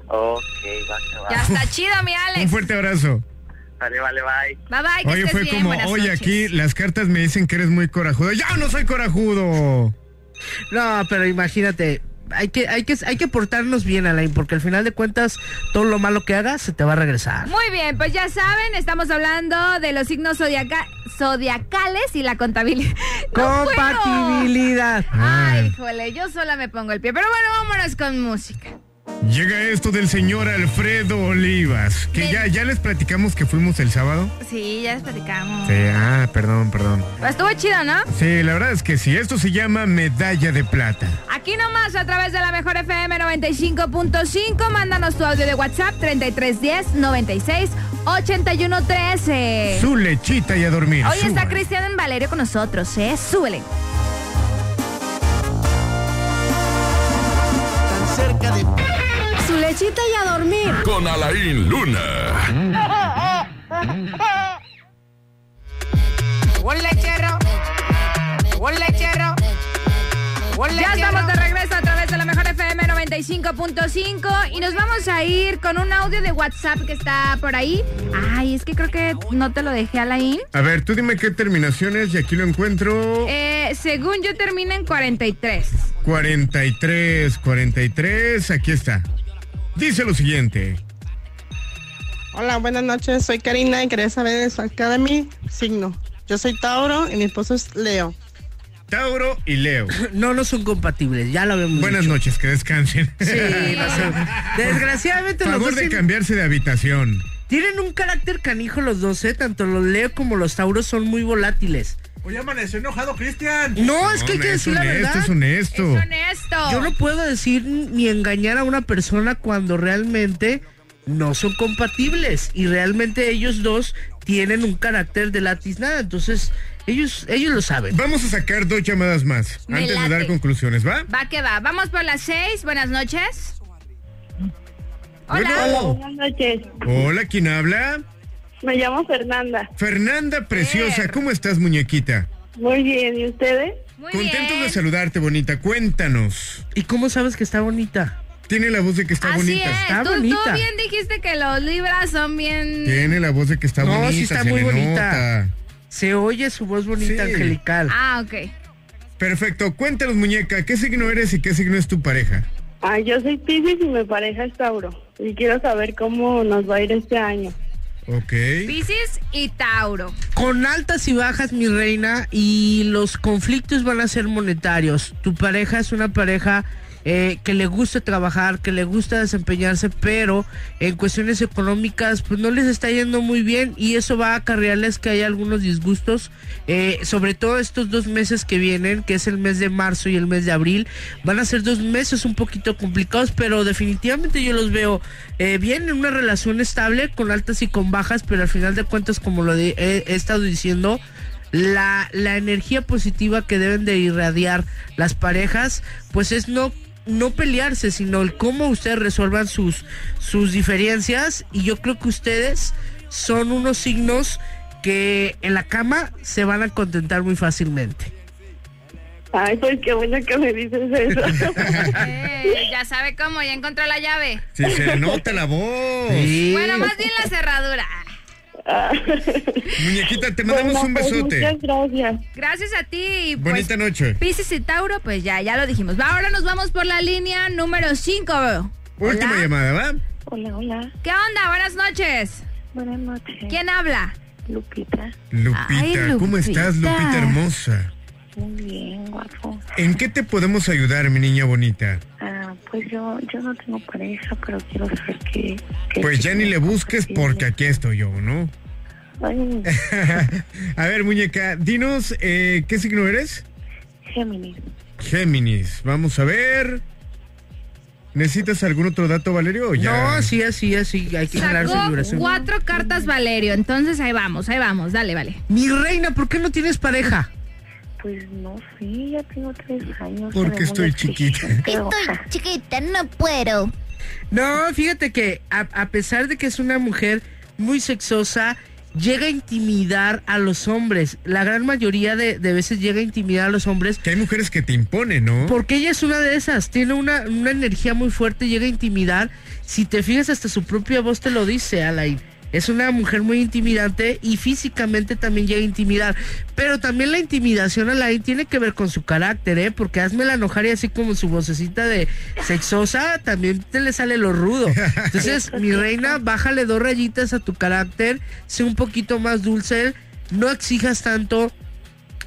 Ok, va, que va.
Ya está chido, mi
Un
Alex.
fuerte abrazo.
Vale, vale, bye.
Bye bye, que
Oye,
estés
fue
bien.
como,
buenas
oye,
noches.
aquí las cartas me dicen que eres muy corajudo. ¡Ya no soy corajudo!
No, pero imagínate, hay que, hay que, hay que portarnos bien, Alain, porque al final de cuentas, todo lo malo que hagas se te va a regresar.
Muy bien, pues ya saben, estamos hablando de los signos zodiaca- zodiacales y la contabilidad. (laughs) ¡No puedo!
Compatibilidad.
Ay, híjole, yo sola me pongo el pie. Pero bueno, vámonos con música.
Llega esto del señor Alfredo Olivas, que ya, ya les platicamos que fuimos el sábado.
Sí, ya les platicamos.
Sí, ah, perdón, perdón.
Pues Estuvo chido, ¿no?
Sí, la verdad es que sí, esto se llama medalla de plata.
Aquí nomás a través de la mejor FM 95.5, mándanos tu audio de WhatsApp 3310 96 81 13.
Su lechita y a dormir.
Hoy está
suba.
Cristian Valerio con nosotros, ¿eh? Súbele.
Tan cerca de...
Su lechita y a dormir.
Con Alain Luna.
Un lechero. Un lechero. Un
Ya
lechero.
estamos de regreso a través de la mejor FM 95.5 y nos vamos a ir con un audio de WhatsApp que está por ahí. Ay, es que creo que no te lo dejé a la in.
A ver, tú dime qué terminaciones y aquí lo encuentro.
Eh, según yo termina en 43.
43, 43, aquí está. Dice lo siguiente.
Hola, buenas noches. Soy Karina y quería saber de su Academy signo. Yo soy Tauro y mi esposo es Leo.
Tauro
(coughs)
y Leo.
No, no son compatibles, ya lo vemos.
Buenas noches, que descansen. (laughs)
Sí, no sé. Desgraciadamente los
Favor
dos
de
tienen-
cambiarse de habitación.
tienen un carácter canijo los dos, ¿eh? Tanto los Leo como los Tauros son muy volátiles.
Hoy amaneció enojado, Cristian.
No, es que hay que
es
decir la
honesto,
verdad.
es honesto. Es
honesto.
Yo no puedo decir ni engañar a una persona cuando realmente no son compatibles y realmente ellos dos tienen un carácter de latiznada, entonces ellos ellos lo saben.
Vamos a sacar dos llamadas más
Me
antes de dar
late.
conclusiones, ¿va?
Va que va. Vamos por las seis. Buenas noches. Hola.
buenas noches.
Hola, ¿quién habla?
Me llamo Fernanda.
Fernanda Preciosa, ¿cómo estás, muñequita?
Muy bien, ¿y ustedes?
Contentos de saludarte, bonita. Cuéntanos.
¿Y cómo sabes que está bonita?
Tiene la voz de que está
Así
bonita.
es. tú, tú bien dijiste que los libras son bien.
Tiene la voz de que está
No,
bonita.
sí está
se
muy
le
bonita.
nota.
Se oye su voz bonita
Sí.
angelical.
Ah, ok.
Perfecto. Cuéntanos, muñeca, ¿qué signo eres y qué signo es tu pareja?
Ah, yo soy Pisces y mi pareja es Tauro. Y quiero saber cómo nos va a ir este año.
Ok.
Piscis y Tauro.
Con altas y bajas, mi reina, y los conflictos van a ser monetarios. Tu pareja es una pareja eh, que le gusta trabajar, que le gusta desempeñarse, pero en cuestiones económicas, pues no les está yendo muy bien y eso va a acarrearles que hay algunos disgustos, eh, sobre todo estos dos meses que vienen, que es el mes de marzo y el mes de abril. Van a ser dos meses un poquito complicados, pero definitivamente yo los veo eh, bien en una relación estable, con altas y con bajas, pero al final de cuentas, como lo de- he- he estado diciendo, la, la energía positiva que deben de irradiar las parejas, pues es no no pelearse, sino el cómo ustedes resuelvan sus sus diferencias y yo creo que ustedes son unos signos que en la cama se van a contentar muy fácilmente.
Ay, pues qué bueno que me dices
(laughs)
eso.
Eh, ya sabe cómo, ya encontró la llave.
Si se le nota la voz.
Bueno, más bien la cerradura.
Muñequita, te mandamos un besote.
Pues,
gracias.
Gracias a ti. y pues,
Bonita noche.
Piscis y Tauro, pues ya, ya lo dijimos. Va, Ahora nos vamos por la línea número 5.
Última llamada, ¿va?
Hola, hola.
¿Qué onda? Buenas noches.
Buenas noches.
¿Quién habla?
Lupita.
Lupita, ¿cómo estás, Lupita hermosa?
Muy bien, guapo.
¿En qué te podemos ayudar, mi niña bonita?
Ah, pues yo, yo no tengo pareja, pero quiero saber qué.
Pues ya ni le busques porque aquí estoy yo, ¿no?
Ay,
(laughs) A ver, muñeca, dinos, eh, ¿qué signo eres?
Géminis.
Géminis. Vamos a ver. ¿Necesitas algún otro dato, Valerio? o ya?
No, sí, así, así, hay que generar
Sacó
vibración.
cuatro cartas Valerio, entonces ahí vamos, ahí vamos, dale, vale.
Mi reina, ¿por qué no tienes pareja?
Pues no sé, ya tengo tres años. soy muy ah,
Porque estoy chiquita.
(laughs) exigente,
Estoy
ojalá.
Chiquita, no puedo.
No, fíjate que a, a pesar de que es una mujer muy sexosa, llega a intimidar a los hombres. La gran mayoría de, de veces llega a intimidar a los hombres.
Que hay mujeres que te imponen, ¿no?
Porque ella es una de esas, tiene una, una energía muy fuerte, llega a intimidar. Si te fijas, hasta su propia voz te lo dice, Alain. Es una mujer muy intimidante y físicamente también llega a intimidar. Pero también la intimidación, Alain, tiene que ver con su carácter, ¿eh? Porque hazmela enojar y así como su vocecita de sexosa, también te le sale lo rudo. Entonces, mi reina, bájale dos rayitas a tu carácter, sé un poquito más dulce, no exijas tanto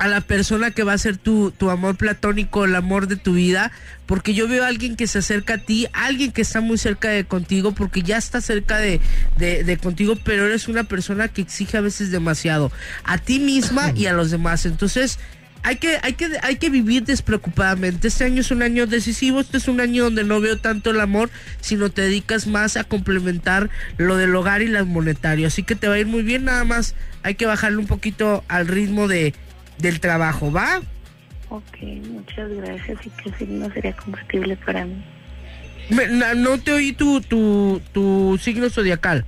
a la persona que va a ser tu, tu amor platónico, el amor de tu vida, porque yo veo a alguien que se acerca a ti, alguien que está muy cerca de contigo, porque ya está cerca de, de- de contigo, pero eres una persona que exige a veces demasiado a ti misma y a los demás. Entonces, hay que, hay que, hay que vivir despreocupadamente. Este año es un año decisivo, este es un año donde no veo tanto el amor, sino te dedicas más a complementar lo del hogar y las monetario. Así que te va a ir muy bien, nada más hay que bajarle un poquito al ritmo de, del trabajo, ¿va?
Ok, muchas gracias. ¿Y qué signo sería compatible para mí?
Me- na- no te oí tu, tu, tu signo zodiacal.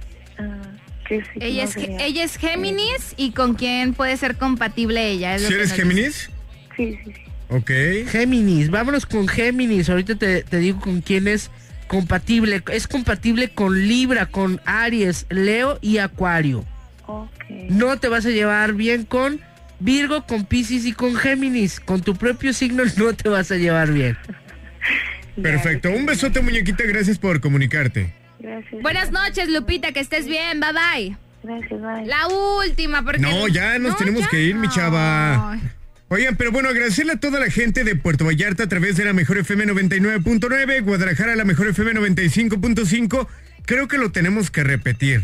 ¿Qué signo
Ella es,
sería?
ella es Géminis y con quién puede ser compatible ella. es lo
¿Si
que
eres
nos
Géminis?
Sí, sí,
Ok.
Géminis, vámonos con Géminis. Ahorita te, te digo con quién es compatible. Es compatible con Libra, con Aries, Leo y Acuario.
Ok.
No te vas a llevar bien con Virgo con Pisces y con Géminis. Con tu propio signo (laughs) no te vas a llevar bien.
Perfecto. Un besote, muñequita. Gracias por comunicarte.
Gracias.
Buenas noches, Lupita, que estés bien. Bye bye.
Gracias, bye.
La última, porque.
No, ya nos tenemos que ir, mi chava. Oigan, pero bueno, agradecerle a toda la gente de Puerto Vallarta a través de la Mejor FM 99.9, Guadalajara la Mejor FM 95.5. Creo que lo tenemos que repetir.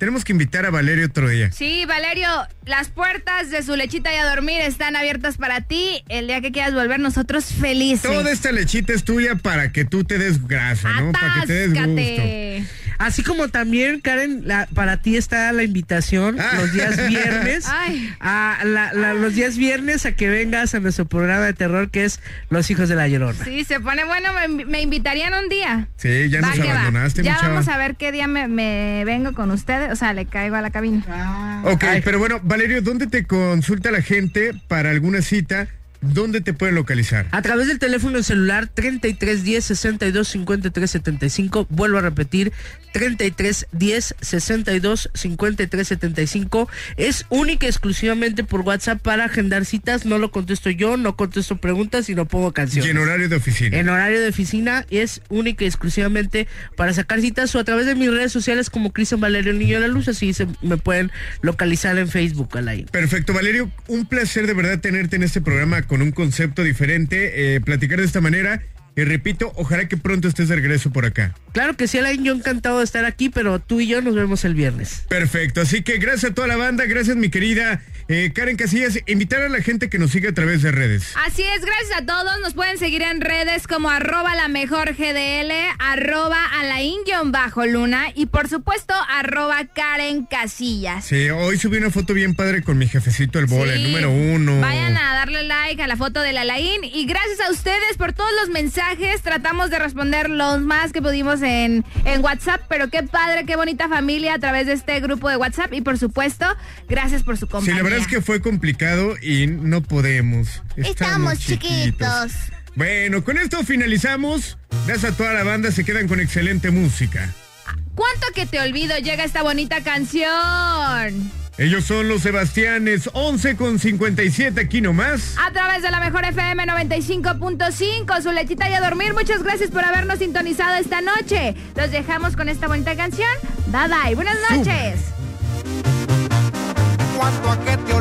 Tenemos que invitar a Valerio otro día.
Sí, Valerio, las puertas de su lechita y a dormir están abiertas para ti. El día que quieras volver, nosotros felices.
Toda esta lechita es tuya para que tú te des grasa, ¿no? Para que te des gusto.
Atáscate.
Así como también, Karen, la- para ti está la invitación los días viernes.
Ay.
a la- la- los días viernes a que vengas a nuestro programa de terror que es Los Hijos de la Llorona.
Sí, se pone bueno, me, me invitarían un día.
Sí, ya
Va
nos
que va.
abandonaste, mi
Ya
chava.
vamos a ver qué día me, me vengo con ustedes. O sea, le caigo a la cabina.
Ah. Ok, pero bueno, Valerio, ¿dónde te consulta la gente para alguna cita? ¿Dónde te pueden localizar?
A través del teléfono celular 33 10 62 53 75, vuelvo a repetir, 33 10 62 53 75, es única y exclusivamente por WhatsApp para agendar citas, no lo contesto yo, no contesto preguntas y no pongo
Y
canciones.
en horario de oficina.
En horario de oficina es única y exclusivamente para sacar citas o a través de mis redes sociales como Cristian Valerio Niño de la Luz, así se me pueden localizar en Facebook, Alain.
Perfecto, Valerio, un placer de verdad tenerte en este programa con un concepto diferente, eh, platicar de esta manera. Y repito, ojalá que pronto estés de regreso por acá.
Claro que sí, Alain, yo encantado de estar aquí, pero tú y yo nos vemos el viernes.
Perfecto, así que gracias a toda la banda, gracias mi querida eh, Karen Casillas, invitar a la gente que nos siga a través de redes.
Así es, gracias a todos. Nos pueden seguir en redes como arroba la mejor GDL, arroba alain-luna y por supuesto arroba Karen Casillas.
Sí, hoy subí una foto bien padre con mi jefecito el bola, el
Sí.
número uno.
Vayan a darle like a la foto del Alain y gracias a ustedes por todos los mensajes. Tratamos de responder los más que pudimos en, en WhatsApp, pero qué padre, qué bonita familia a través de este grupo de WhatsApp y por supuesto, gracias por su
Sí,
compañía.
la verdad es que fue complicado y no podemos. Estamos,
Estamos
chiquitos.
chiquitos.
Bueno, con esto finalizamos. Gracias a toda la banda, se quedan con excelente música.
¿Cuánto que te olvido llega esta bonita canción?
Ellos son los Sebastianes, 11 con 57 aquí nomás.
A través de la mejor FM 95.5, su lechita y a dormir. Muchas gracias por habernos sintonizado esta noche. Los dejamos con esta bonita canción. Bye bye. Buenas noches.
¿Cuánto a que te